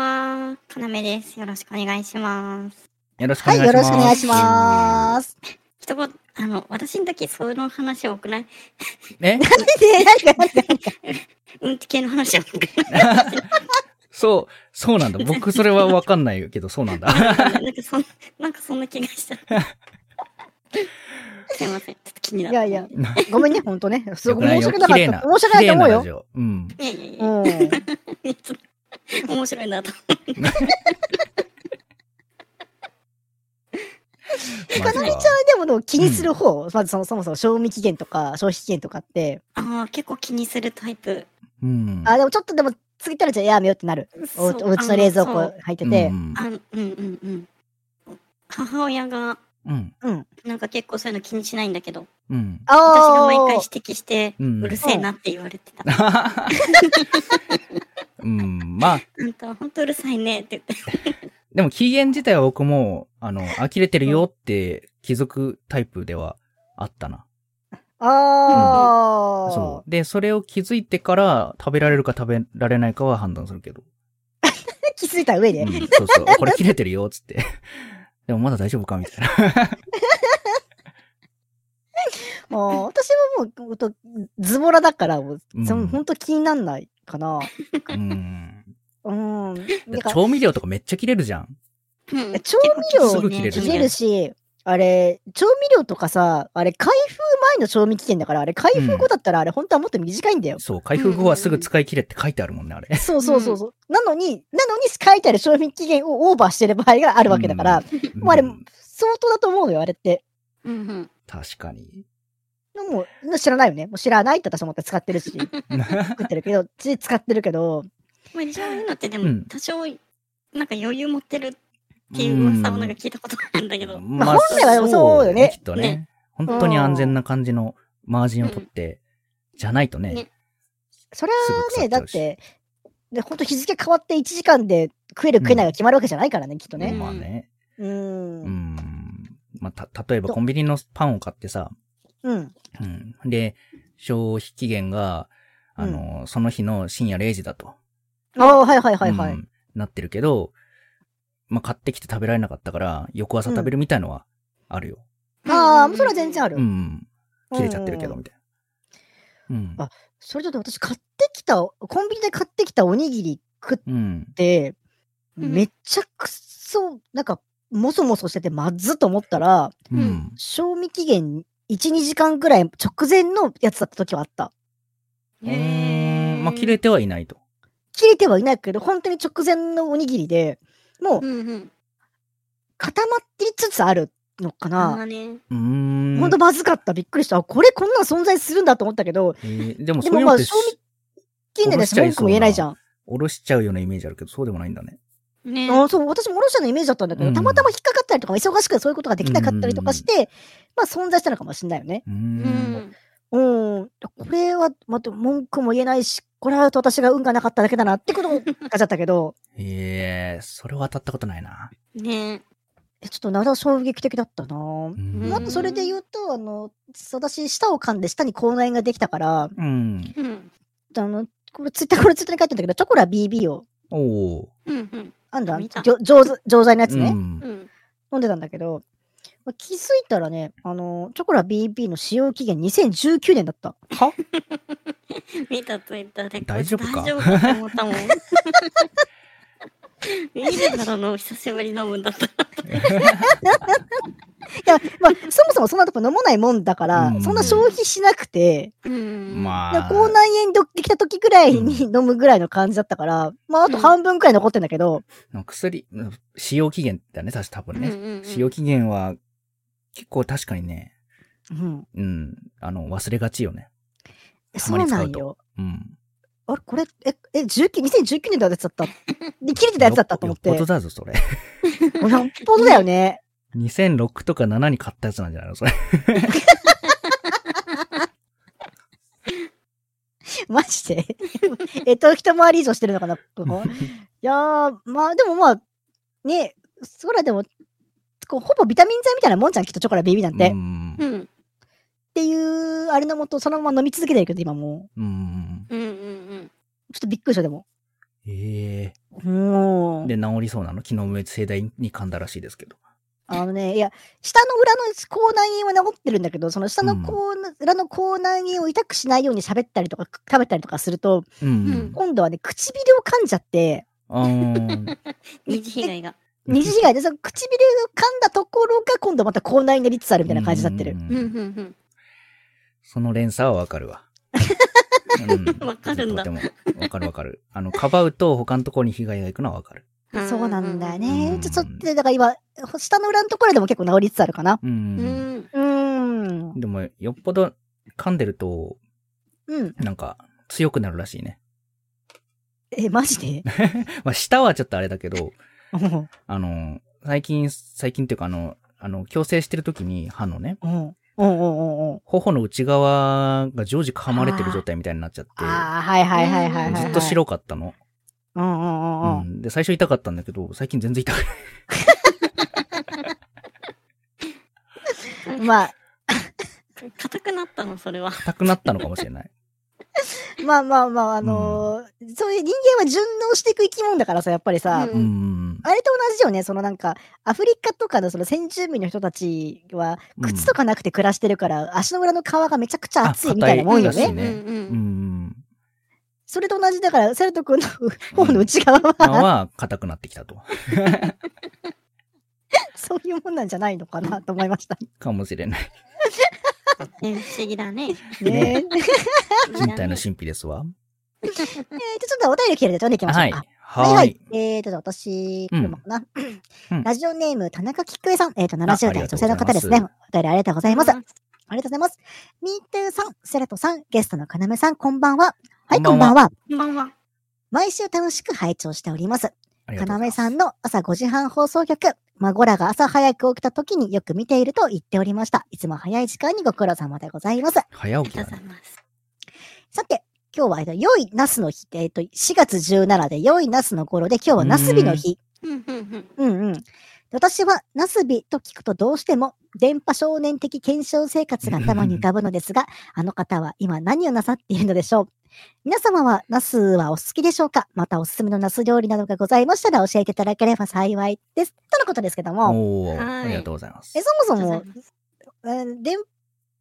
[SPEAKER 3] は。かなめです。よろしくお願いします。
[SPEAKER 1] よろしくお
[SPEAKER 2] は
[SPEAKER 1] 願い
[SPEAKER 2] い、
[SPEAKER 1] します。
[SPEAKER 2] よろしくお願いします。
[SPEAKER 1] [LAUGHS]
[SPEAKER 3] 一言、あの、私の時、その話多くない
[SPEAKER 1] え
[SPEAKER 2] なんで、なんか、なんか、
[SPEAKER 3] うんち系の話多くない
[SPEAKER 1] そう、そうなんだ。僕、それはわかんないけど、そうなん
[SPEAKER 2] [LAUGHS]
[SPEAKER 1] だ。
[SPEAKER 3] なんかそん、 [LAUGHS] なんかそんな気がした。 [LAUGHS] すいません、ちょっと気になっ
[SPEAKER 2] い
[SPEAKER 3] た。
[SPEAKER 2] やいや、ごめんね、ほんとね。すごい申し訳なか
[SPEAKER 1] 綺
[SPEAKER 2] っ
[SPEAKER 1] 麗な、
[SPEAKER 2] た。申し訳ないと思う
[SPEAKER 1] 綺麗なラ
[SPEAKER 2] よ。
[SPEAKER 1] ジオ。うん。
[SPEAKER 3] いやいやいや、
[SPEAKER 2] うん。
[SPEAKER 3] ちょっ [LAUGHS] と面白いなと。
[SPEAKER 1] マ
[SPEAKER 2] か
[SPEAKER 1] ジ
[SPEAKER 2] なみちゃんはでもでも気にする方、まずそもそもそも賞味期限とか消費期限とかって、
[SPEAKER 3] ああ、結構気にするタイプ。
[SPEAKER 1] うん。
[SPEAKER 2] あ、でもちょっとでも、すぎたらじゃあやめようってなる。お
[SPEAKER 3] そ
[SPEAKER 2] お
[SPEAKER 3] う
[SPEAKER 2] うちの冷蔵庫
[SPEAKER 3] あのそう
[SPEAKER 2] 入ってて
[SPEAKER 1] う、ん
[SPEAKER 3] あのうんうんうん。母親が、
[SPEAKER 1] うん。
[SPEAKER 3] なんか結構そういうの気にしないんだけど、
[SPEAKER 1] うん。
[SPEAKER 2] あ
[SPEAKER 3] 私
[SPEAKER 2] あ
[SPEAKER 3] が毎回指摘して、
[SPEAKER 1] うん
[SPEAKER 3] うるせえなって言われてた。
[SPEAKER 1] [LAUGHS] うん、まあ、
[SPEAKER 3] あんたはほんとうるさいねって言って。
[SPEAKER 1] でも期限自体は僕も、あの、呆れてるよって気づくタイプではあったな。
[SPEAKER 2] ああ、
[SPEAKER 1] そう。で、それを気づいてから食べられるか食べられないかは判断するけど。
[SPEAKER 2] 気づいた上で。
[SPEAKER 1] うん、そうそう。あこれ切れてるよ、っつって。 [LAUGHS] でもまだ大丈夫かみたいな。
[SPEAKER 2] もう私はもうほんとズボラだから、もう
[SPEAKER 1] うん
[SPEAKER 2] 本当気になんないかな。
[SPEAKER 1] うん。
[SPEAKER 2] うん。だから
[SPEAKER 1] 調味料とかめっちゃ切れるじゃん。
[SPEAKER 3] うん
[SPEAKER 2] 調味料
[SPEAKER 1] すぐ切れる
[SPEAKER 2] 切
[SPEAKER 1] じゃん
[SPEAKER 2] れるし、あれ、調味料とかさ、あれ、開封前の賞味期限だから、あれ、開封後だったら、あれ、本当はもっと短いんだよ。
[SPEAKER 1] そう。開封後はすぐ使い切れって書いてあるもんね、
[SPEAKER 2] [LAUGHS]
[SPEAKER 1] あれ。
[SPEAKER 2] そうそうそうそう。なのに、なのに書いてある賞味期限をオーバーしてる場合があるわけだから、もうあれ
[SPEAKER 1] うん、
[SPEAKER 2] 相当だと思うのよ、あれって。
[SPEAKER 3] うんうん。
[SPEAKER 1] 確かに。
[SPEAKER 2] もう、知らないよね。もう知らないって私も使って
[SPEAKER 1] [LAUGHS]
[SPEAKER 2] るし、作ってるけど、つい使ってるけど、
[SPEAKER 3] まあ、そういうのってで
[SPEAKER 1] う
[SPEAKER 3] も
[SPEAKER 1] ん、
[SPEAKER 3] 多少、なんか余裕持ってるっていう噂をなんか聞いたことがあるんだけど。
[SPEAKER 1] ま
[SPEAKER 2] 本来はでもそうよね
[SPEAKER 1] きっとね
[SPEAKER 3] ね
[SPEAKER 1] 本当に安全な感じのマージンを取って、じゃないとね。
[SPEAKER 3] ね
[SPEAKER 2] それ
[SPEAKER 1] す
[SPEAKER 2] は
[SPEAKER 1] ぐ腐
[SPEAKER 2] ね、
[SPEAKER 1] っちゃ
[SPEAKER 2] だっ、
[SPEAKER 1] うして
[SPEAKER 2] で本当日付変わって1時間で食える食えないが決まるわけじゃないからね、きっとね。
[SPEAKER 1] まあね。
[SPEAKER 2] うー。
[SPEAKER 1] うんん。まあ、た、例えばコンビニのパンを買ってさ、
[SPEAKER 2] うん。
[SPEAKER 1] うん。で、消費期限が、あの、その日の深夜0時だと。
[SPEAKER 2] ああ、はいはいはいは
[SPEAKER 1] う
[SPEAKER 2] い。
[SPEAKER 1] んなってるけど、まあ、買ってきて食べられなかったから、翌朝食べるみたいのはあるよ。
[SPEAKER 2] ああ、もうそれは全然あ
[SPEAKER 3] る。
[SPEAKER 2] る
[SPEAKER 1] うん。。切れちゃってるけど、
[SPEAKER 2] うん
[SPEAKER 1] みたいな。うん。
[SPEAKER 2] あそれだって私買ってきた、コンビニで買ってきたおにぎり食っ
[SPEAKER 1] うん。
[SPEAKER 2] て、
[SPEAKER 3] うん
[SPEAKER 2] めちゃくそ、なんか、もそもそしててまずっと思ったら、
[SPEAKER 1] うん。
[SPEAKER 3] うん
[SPEAKER 2] 賞味期限1、2時間ぐらい直前のやつだった時はあった。
[SPEAKER 1] うーんまあ、切れてはいないと。
[SPEAKER 2] 切れてはいないけど、本当に直前のおにぎりで、もう
[SPEAKER 3] うんうん。
[SPEAKER 2] 固まっていつつあるのか
[SPEAKER 3] あん
[SPEAKER 2] な。
[SPEAKER 3] まね。
[SPEAKER 1] うーん。
[SPEAKER 2] ほんとまずかった。びっくりした。あこれこんなん存在するんだと思ったけど、
[SPEAKER 1] えーでも
[SPEAKER 2] で
[SPEAKER 1] そう
[SPEAKER 2] も
[SPEAKER 1] いうの
[SPEAKER 2] まあ
[SPEAKER 1] ってし、
[SPEAKER 2] 賞味近年だし
[SPEAKER 1] 下ろしちゃい
[SPEAKER 2] 文句も言えないじゃん。
[SPEAKER 1] おろしちゃうようなイメージあるけど、そうでもないんだね。
[SPEAKER 3] ね
[SPEAKER 2] あそう私もおろしたのイメージだったんだけど、
[SPEAKER 1] うん
[SPEAKER 2] たまたま引っかかったりとか、忙しくてそういうことができなかったりとかして、まあ存在したのかもしれないよね。
[SPEAKER 1] うー。
[SPEAKER 3] うんん。
[SPEAKER 2] うん。これは、また文句も言えないし、これは私が運がなかっただけだなってことがちゃったけど、 [LAUGHS]
[SPEAKER 1] ええそれは当たったことないな。
[SPEAKER 3] ね
[SPEAKER 2] えちょっとなかなか衝撃的だったなぁ
[SPEAKER 1] う。
[SPEAKER 3] うん
[SPEAKER 1] ん。
[SPEAKER 2] あとそれで言うと、あの、私、舌を噛んで舌に口内炎ができたから、
[SPEAKER 1] うん。
[SPEAKER 3] うん。
[SPEAKER 2] あの、これツイッター、これツイッターに書いてあるんだけど、チョコラ BB を、
[SPEAKER 1] おお
[SPEAKER 3] うんうん。
[SPEAKER 2] あんだ
[SPEAKER 3] 見た、
[SPEAKER 2] じょ錠剤錠剤のや
[SPEAKER 1] ー。
[SPEAKER 2] つね、
[SPEAKER 1] うん
[SPEAKER 2] [LAUGHS]
[SPEAKER 3] うん。
[SPEAKER 2] 飲んでたんだけど、まあ気づいたらね、あの、チョコラ BB の使用期限2019年だった。
[SPEAKER 1] は
[SPEAKER 3] 見たツイッターで。
[SPEAKER 1] 大丈夫か
[SPEAKER 3] 大丈夫かって思った
[SPEAKER 1] [LAUGHS]
[SPEAKER 3] もん。見るだろうの久しぶり飲むんだったら。
[SPEAKER 2] いや、まあ、そもそもそんなとこ飲まないもんだから、
[SPEAKER 1] うん
[SPEAKER 2] そんな消費しなくて、
[SPEAKER 3] うん。
[SPEAKER 1] ま
[SPEAKER 2] で
[SPEAKER 1] あ。
[SPEAKER 2] 口内炎どできた時ぐらいに飲むぐらいの感じだったから、まあ、あと半分くらい残ってんだけど、
[SPEAKER 1] 薬、うん使用期限だね、確か多
[SPEAKER 3] う
[SPEAKER 1] 分
[SPEAKER 3] んう
[SPEAKER 1] ね。
[SPEAKER 3] んうん。
[SPEAKER 1] 使用期限は、結構確かにね、
[SPEAKER 2] うん。
[SPEAKER 1] うん、あの、忘れがちよね。た
[SPEAKER 2] そ
[SPEAKER 1] ま
[SPEAKER 2] う
[SPEAKER 1] に
[SPEAKER 2] な
[SPEAKER 1] 使
[SPEAKER 2] ん
[SPEAKER 1] うと
[SPEAKER 2] よ。
[SPEAKER 1] うん。
[SPEAKER 2] あれこれ、え、え、19 2019年のやつだった。で、切れてたやつだったと思って。
[SPEAKER 1] よっぽ
[SPEAKER 2] よ
[SPEAKER 1] どだぞ、それ。 [LAUGHS]
[SPEAKER 2] っぽどだよね。
[SPEAKER 1] 2006とか7に買ったやつなんじゃないのそれ。
[SPEAKER 2] [LAUGHS] マジで。えっと、一回り以上してるのかな、こ [LAUGHS] こ。いやー、まあ、でもまあ、ね、そらでも、こうほぼビタミン剤みたいなもんじゃん、きっとチョコラ BB なんて。
[SPEAKER 1] う
[SPEAKER 2] っ
[SPEAKER 1] ん。
[SPEAKER 3] うん。
[SPEAKER 2] ていう、あれのもと、そのまま飲み続けてるけど、今も
[SPEAKER 1] うん。
[SPEAKER 3] うんうん
[SPEAKER 2] う。ちょっとびっくりした、でも。
[SPEAKER 1] え
[SPEAKER 2] う
[SPEAKER 1] え
[SPEAKER 2] ん。
[SPEAKER 1] で、治りそうなの昨日上盛大に噛んだらしいですけど。
[SPEAKER 2] あのね、いや、下の裏の口内炎は治ってるんだけど、その下の口内、裏の口内炎を痛くしないように喋ったりとか、食べたりとかすると、
[SPEAKER 1] うん。
[SPEAKER 2] 今度はね、唇を噛んじゃって、
[SPEAKER 1] あー
[SPEAKER 3] うん。二次被害が。
[SPEAKER 2] [LAUGHS] 二次被害で、その唇を噛んだところが今度また口内炎がリッツあるみたいな感じになってる。
[SPEAKER 1] うん
[SPEAKER 3] うんうん
[SPEAKER 1] その連鎖はわか
[SPEAKER 2] [LAUGHS]
[SPEAKER 1] るわ。うん
[SPEAKER 3] わかるんだ
[SPEAKER 1] とてもわかるわかる。あの、かばうと他のところに被害がいくのはわかる。
[SPEAKER 3] うん。
[SPEAKER 2] そうなんだよ
[SPEAKER 1] う
[SPEAKER 2] ね
[SPEAKER 1] ん。
[SPEAKER 2] ちょちょっと、だから今、下の裏のところでも結構治りつつあるかな。
[SPEAKER 1] う。
[SPEAKER 3] うんん。
[SPEAKER 2] うーん。
[SPEAKER 1] でも、よっぽど噛んでると、
[SPEAKER 2] うん。
[SPEAKER 1] なんか、強くなるらしいね。
[SPEAKER 2] え、マジで
[SPEAKER 1] まあ、下はちょっとあれだけど、
[SPEAKER 2] うん。
[SPEAKER 1] あの、最近、最近っていうかあの、あの、矯正してる時に歯のね、
[SPEAKER 2] うん。うんうんうんうん。
[SPEAKER 1] 頬の内側が常時噛まれてる状態みたいになっちゃっ
[SPEAKER 2] ああ、はいはいはいはいはいは
[SPEAKER 1] て、
[SPEAKER 2] い。
[SPEAKER 1] ずっと。白かったの。
[SPEAKER 2] うんうんうんう。
[SPEAKER 1] うんん、で、最初痛かったんだけど、最近全然痛くない。
[SPEAKER 2] [LAUGHS] まあ、
[SPEAKER 3] 硬くなったの、それは。
[SPEAKER 1] 硬くなったのかもしれない。
[SPEAKER 2] まあまあまあ、あのーそういう人間は順応していく生き物だからさ、やっぱりさ、
[SPEAKER 3] う
[SPEAKER 1] うんん。
[SPEAKER 2] あれと同じよね、そのなんか、アフリカとかのその先住民の人たちは、靴とかなくて暮らしてるから、足の裏の皮がめちゃくちゃ熱いみたいなもんよ
[SPEAKER 1] あ硬いらし
[SPEAKER 2] ね
[SPEAKER 1] い。ね
[SPEAKER 3] うん
[SPEAKER 1] うん。うん。
[SPEAKER 2] それと同じだから、セルト君の方の内側
[SPEAKER 1] 今
[SPEAKER 2] は、
[SPEAKER 1] は硬くなってきたと。
[SPEAKER 2] そういうもんなんじゃないのかなと思いました。
[SPEAKER 1] かもしれ
[SPEAKER 2] [LAUGHS]
[SPEAKER 1] ない。
[SPEAKER 3] うんね不思議だね。
[SPEAKER 2] ねえ。じゃ
[SPEAKER 1] 人体の神秘ですわ。
[SPEAKER 2] あちょっとお便り切れて読んでいきましょ
[SPEAKER 1] は
[SPEAKER 2] う
[SPEAKER 1] い
[SPEAKER 2] か。。はい
[SPEAKER 1] は。
[SPEAKER 2] はいい。えーと、じゃあ私、
[SPEAKER 1] うん
[SPEAKER 2] 来るのかな。
[SPEAKER 1] うん
[SPEAKER 2] ラジオネーム、田中菊江さん。えーと、
[SPEAKER 1] あ
[SPEAKER 2] 70
[SPEAKER 1] りが
[SPEAKER 2] 代
[SPEAKER 1] とうございま
[SPEAKER 2] 女性の
[SPEAKER 1] す
[SPEAKER 2] 方ですね。お便りありがとうございます。
[SPEAKER 3] う
[SPEAKER 2] あ
[SPEAKER 3] ん
[SPEAKER 2] りがとうございます。ミートゥーさん、セラトさん、ゲストのかなめさん、こんばんは。はい、
[SPEAKER 1] こ
[SPEAKER 2] こ
[SPEAKER 1] ん
[SPEAKER 2] ん
[SPEAKER 1] ばん
[SPEAKER 2] ばんは。
[SPEAKER 3] こんばんは。
[SPEAKER 2] 毎週楽しく拝聴しております。
[SPEAKER 1] あり
[SPEAKER 2] か
[SPEAKER 1] がとう
[SPEAKER 2] な
[SPEAKER 1] ござい
[SPEAKER 2] め
[SPEAKER 1] ます
[SPEAKER 2] さんの朝5時半放送局、孫らが朝早く起きた時によく見ていると言っておりました。いつも早い時間にご苦労様でございます。
[SPEAKER 1] 早
[SPEAKER 3] あ
[SPEAKER 1] 起
[SPEAKER 3] り
[SPEAKER 1] き
[SPEAKER 3] が
[SPEAKER 1] だ
[SPEAKER 3] とうござ
[SPEAKER 1] ね。
[SPEAKER 3] います。
[SPEAKER 2] さて、今日は、えっと、良いナスの日、えっと、4月17で良いナスの頃で、今日はナス日の日。
[SPEAKER 3] うんうんうん。
[SPEAKER 2] うんうん。私は、ナスビと聞くとどうしても、電波少年的検証生活が頭に浮かぶのですが、あの方は今何をなさっているのでしょう。皆様は、ナスはお好きでしょうかまたおすすめのナス料理などがございましたら教えていただければ幸いです。とのことですけども、
[SPEAKER 1] おお、
[SPEAKER 3] は
[SPEAKER 1] あ
[SPEAKER 3] い
[SPEAKER 1] りがとうございます
[SPEAKER 2] え、。そもそも
[SPEAKER 3] ありがとうござい、ます
[SPEAKER 2] うん電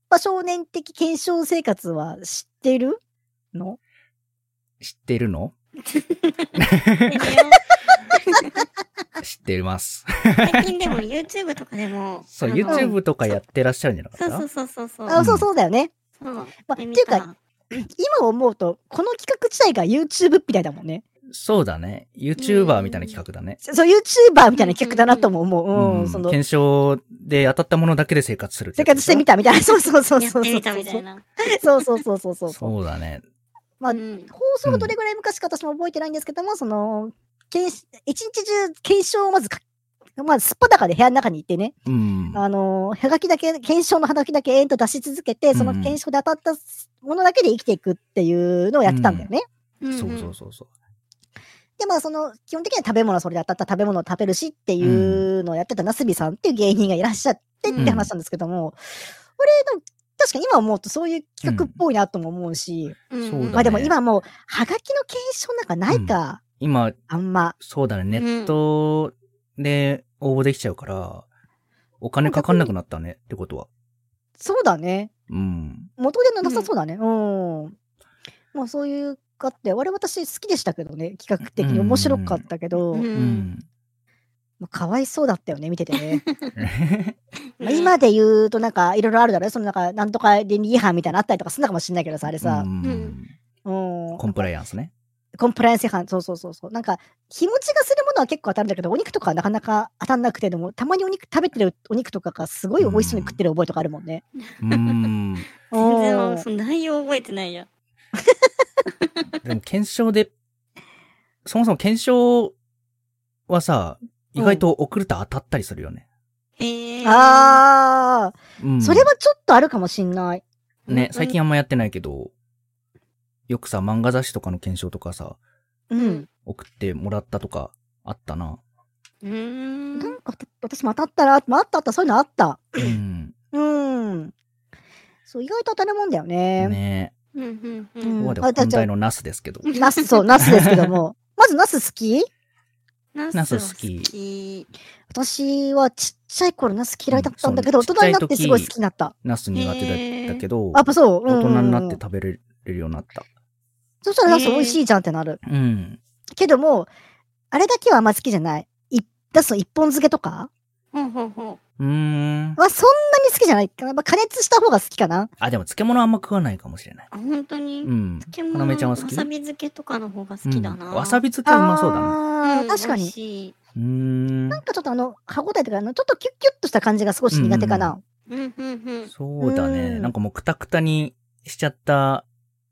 [SPEAKER 2] 波少年的検証生活は知ってるの
[SPEAKER 1] 知ってるの
[SPEAKER 3] 見てるよ
[SPEAKER 1] 知って
[SPEAKER 2] [LAUGHS]
[SPEAKER 1] ます。
[SPEAKER 3] 最近でも YouTube とかでも。
[SPEAKER 1] そう、
[SPEAKER 3] あの
[SPEAKER 1] YouTube とかやってらっしゃるんじゃなか
[SPEAKER 3] そ
[SPEAKER 1] っ
[SPEAKER 3] う
[SPEAKER 1] た
[SPEAKER 3] そうそうそうそう。
[SPEAKER 2] あ、そうそうだよね。
[SPEAKER 3] そう。
[SPEAKER 2] まあ、って
[SPEAKER 3] で
[SPEAKER 2] い
[SPEAKER 3] 見
[SPEAKER 2] う
[SPEAKER 3] た
[SPEAKER 2] か、今思うと、この企画自体が YouTube みたいだもんね。
[SPEAKER 1] そうだね。YouTuber みたいな企画だね。
[SPEAKER 2] そう、YouTuber みたいな企画だなとも思う。うん、その、
[SPEAKER 1] 検証で当たったものだけで生活する
[SPEAKER 2] 生活してみ
[SPEAKER 1] た
[SPEAKER 2] たみたいな。 [LAUGHS] そうそうそう
[SPEAKER 3] やっ
[SPEAKER 2] そう。
[SPEAKER 3] てみたみたいな。
[SPEAKER 2] そうそうそうそうそうそう。
[SPEAKER 1] そうだね。
[SPEAKER 2] まあ
[SPEAKER 3] うん
[SPEAKER 2] 放送がどれぐらい昔か私も覚えてないんですけども、その、検し一日中検証をまずか、まあ、すっぱだかで部屋の中に行ってね、
[SPEAKER 1] うん。
[SPEAKER 2] あの、はがきだけ、検証のはがきだけ延々と出し続けて、その
[SPEAKER 1] うんうん
[SPEAKER 2] 検証で当たったものだけで生きていくっていうのをやってたんだよね。
[SPEAKER 3] うん
[SPEAKER 1] そうそうそうそう。
[SPEAKER 2] で、まあ、その、基本的には食べ物はそれで当たった食べ物を食べるしっていうのをやってたなすびさんっていう芸人がいらっしゃってって話なんですけども、これの、確かに今思うとそういう企画っぽいなとも思うし、
[SPEAKER 3] うんうん
[SPEAKER 1] そうだね
[SPEAKER 2] まあでも今もう、はがきの検証なんかないか、
[SPEAKER 1] 今、
[SPEAKER 2] あんま。
[SPEAKER 1] そうだね。ネ
[SPEAKER 3] うん
[SPEAKER 1] ットで応募できちゃうから、お金かかんなくなったねってことは。
[SPEAKER 2] そうだね。
[SPEAKER 1] うん。
[SPEAKER 2] 元でのなさそうだね。うん。まあそういうかって、我々私好きでしたけどね、企画的に面白かったけど、
[SPEAKER 3] う。
[SPEAKER 1] うんん。
[SPEAKER 2] まあかわいそうだったよね、見ててね。まあ
[SPEAKER 3] ね
[SPEAKER 2] 今で言うとなんかいろいろあるだろうねそのなんか、なんとか倫理違反みたいなのあったりとかするのかもしれないけどさ、あれさ
[SPEAKER 1] う。ん
[SPEAKER 3] ん
[SPEAKER 2] うん。
[SPEAKER 1] コンプライアンスね。
[SPEAKER 2] コンプライアンス違反、そうそうそうそう。なんか、日持ちがするものは結構当たるんだけど、お肉とかはなかなか当たんなくて、でも、たまにお肉食べてるお肉とかがすごい美味しそうに食ってる覚えとかあるもんね。
[SPEAKER 1] うん。
[SPEAKER 3] 全然
[SPEAKER 2] う
[SPEAKER 3] も
[SPEAKER 2] ん
[SPEAKER 3] うその内容覚えてないや。
[SPEAKER 1] でも検証で、そもそも検証はさ、意外と送ると当たったりするよね。
[SPEAKER 3] へえ。
[SPEAKER 2] あ
[SPEAKER 1] う
[SPEAKER 2] ー、
[SPEAKER 1] ん
[SPEAKER 2] それはちょっとあるかもしんない。
[SPEAKER 1] ね、最近あんまやってないけど、よくさ、漫画雑誌とかの検証とかさ、
[SPEAKER 2] うん。
[SPEAKER 1] 送ってもらったとかあったな。
[SPEAKER 3] うーん。
[SPEAKER 2] なんか、私も当たったら、まあ、あったあった、そういうのあった。
[SPEAKER 1] うん。
[SPEAKER 2] うん。そう、意外と当たるもんだよね。
[SPEAKER 1] ね
[SPEAKER 3] うんうんう
[SPEAKER 1] こ
[SPEAKER 2] うん
[SPEAKER 1] こ
[SPEAKER 3] ん。
[SPEAKER 1] までは本題のナスですけど。
[SPEAKER 2] ナス、そう、ナスですけども。まずナス好き
[SPEAKER 3] ナ
[SPEAKER 1] ナ
[SPEAKER 3] ス
[SPEAKER 1] ス好
[SPEAKER 3] は好
[SPEAKER 1] き
[SPEAKER 3] き。
[SPEAKER 2] 私はちっちゃい頃ナス嫌いだったんだけど、
[SPEAKER 1] うん
[SPEAKER 2] 大
[SPEAKER 1] そう
[SPEAKER 2] 人になってすごい好きになった。
[SPEAKER 1] ナス苦手だったけど、
[SPEAKER 2] やっぱそう。うん
[SPEAKER 1] 大人になって食べれるようになった。
[SPEAKER 2] そしたらナス美味しいじゃんってなる。
[SPEAKER 1] うん。
[SPEAKER 2] けども、あれだけはあんま好きじゃない。い出すの一本漬けとか
[SPEAKER 3] ほうほうほ
[SPEAKER 1] うーん。
[SPEAKER 2] はそんなに好きじゃないかな。まあ加熱した方が好きかな。
[SPEAKER 1] あ、でも漬物あんま食わないかもしれない。
[SPEAKER 3] う。あ、本当に
[SPEAKER 1] うん。
[SPEAKER 3] 漬
[SPEAKER 1] 花芽
[SPEAKER 3] 物
[SPEAKER 1] ちゃんは
[SPEAKER 3] のわ
[SPEAKER 1] 好き
[SPEAKER 3] さび漬けとかの方が好きだ
[SPEAKER 1] う
[SPEAKER 3] な。
[SPEAKER 1] んわさ
[SPEAKER 3] び
[SPEAKER 1] び漬けはうまそうだね。
[SPEAKER 2] あー確かに。
[SPEAKER 3] に。
[SPEAKER 1] うーん。
[SPEAKER 2] なんかちょっとあの、歯応えとか、あのちょっとキュッキュッとした感じが少し苦手かな。
[SPEAKER 3] うんうん
[SPEAKER 1] そうだね。
[SPEAKER 2] うん
[SPEAKER 1] なんかもうくたくたにしちゃった、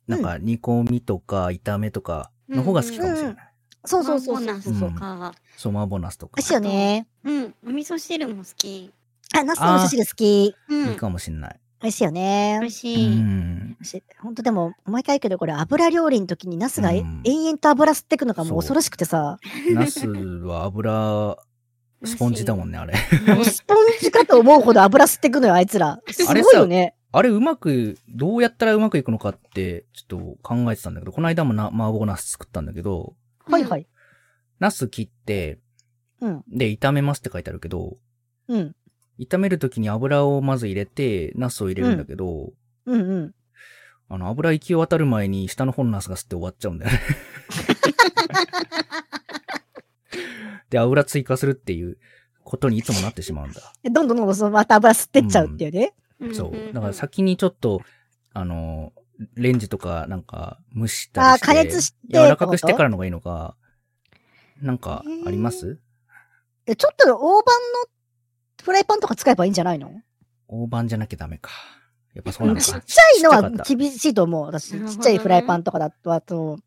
[SPEAKER 1] なんか煮込みとか炒めとか、の方が好きかもしれない。
[SPEAKER 2] そうそうそうそう。
[SPEAKER 1] うん
[SPEAKER 3] そうか。
[SPEAKER 1] そう、マーボーナスとか
[SPEAKER 2] で。すよね。
[SPEAKER 3] うん。お味噌汁も好き。
[SPEAKER 2] あ、ナスのお味噌汁好き。
[SPEAKER 3] うん。
[SPEAKER 1] いいかもしれない。
[SPEAKER 2] 美味しいよね
[SPEAKER 3] 美。味
[SPEAKER 1] う
[SPEAKER 3] しい。
[SPEAKER 1] ん。
[SPEAKER 2] 本当でも、毎回言うけど、これ油料理の時にナスがえ
[SPEAKER 1] うん
[SPEAKER 2] 延々と油吸ってくのがも
[SPEAKER 1] そうう
[SPEAKER 2] 恐ろしくてさ、
[SPEAKER 1] ナスは油、スポンジだもんね、あれ。
[SPEAKER 3] うん。。
[SPEAKER 2] スポンジかと思うほど油吸ってくのよ、あいつら。すごいよね。
[SPEAKER 1] あれうまく、どうやったらうまくいくのかって、ちょっと考えてたんだけど、この間もな、麻婆ナス作ったんだけど、
[SPEAKER 2] はいはいい。
[SPEAKER 1] ナス切って、
[SPEAKER 2] うん。
[SPEAKER 1] で、炒めますって書いてあるけど、
[SPEAKER 2] うん。
[SPEAKER 1] 炒めるときに油をまず入れて、ナスを入れるんだけど、
[SPEAKER 2] うんうん。
[SPEAKER 1] あの、油行き渡る前に下の方のナスが吸って終わっちゃうんだよね。で、油追加するっていうことにいつもなってしまうんだ。
[SPEAKER 2] でどんどんどんどんそのまた油吸ってっちゃうっていうね。
[SPEAKER 1] そう。だから先にちょっと、あの、レンジとかなんか蒸したり
[SPEAKER 2] あー
[SPEAKER 1] して。
[SPEAKER 2] 加熱してって
[SPEAKER 1] 柔
[SPEAKER 2] こと
[SPEAKER 1] らかくしてからのがいいのか、なんかあります
[SPEAKER 2] でちょっと大判のフライパンとか使えばいいんじゃないの
[SPEAKER 1] 大判じゃなきゃダメか。やっぱそうなの
[SPEAKER 2] ち
[SPEAKER 1] か
[SPEAKER 2] っ。ちゃいの
[SPEAKER 1] ち
[SPEAKER 2] は
[SPEAKER 1] っちゃかった
[SPEAKER 2] 厳しいと思う。私、
[SPEAKER 3] なるほ
[SPEAKER 2] ち
[SPEAKER 3] ど
[SPEAKER 2] っ
[SPEAKER 3] ね
[SPEAKER 2] ちゃいフライパンとかだと、あと、もっ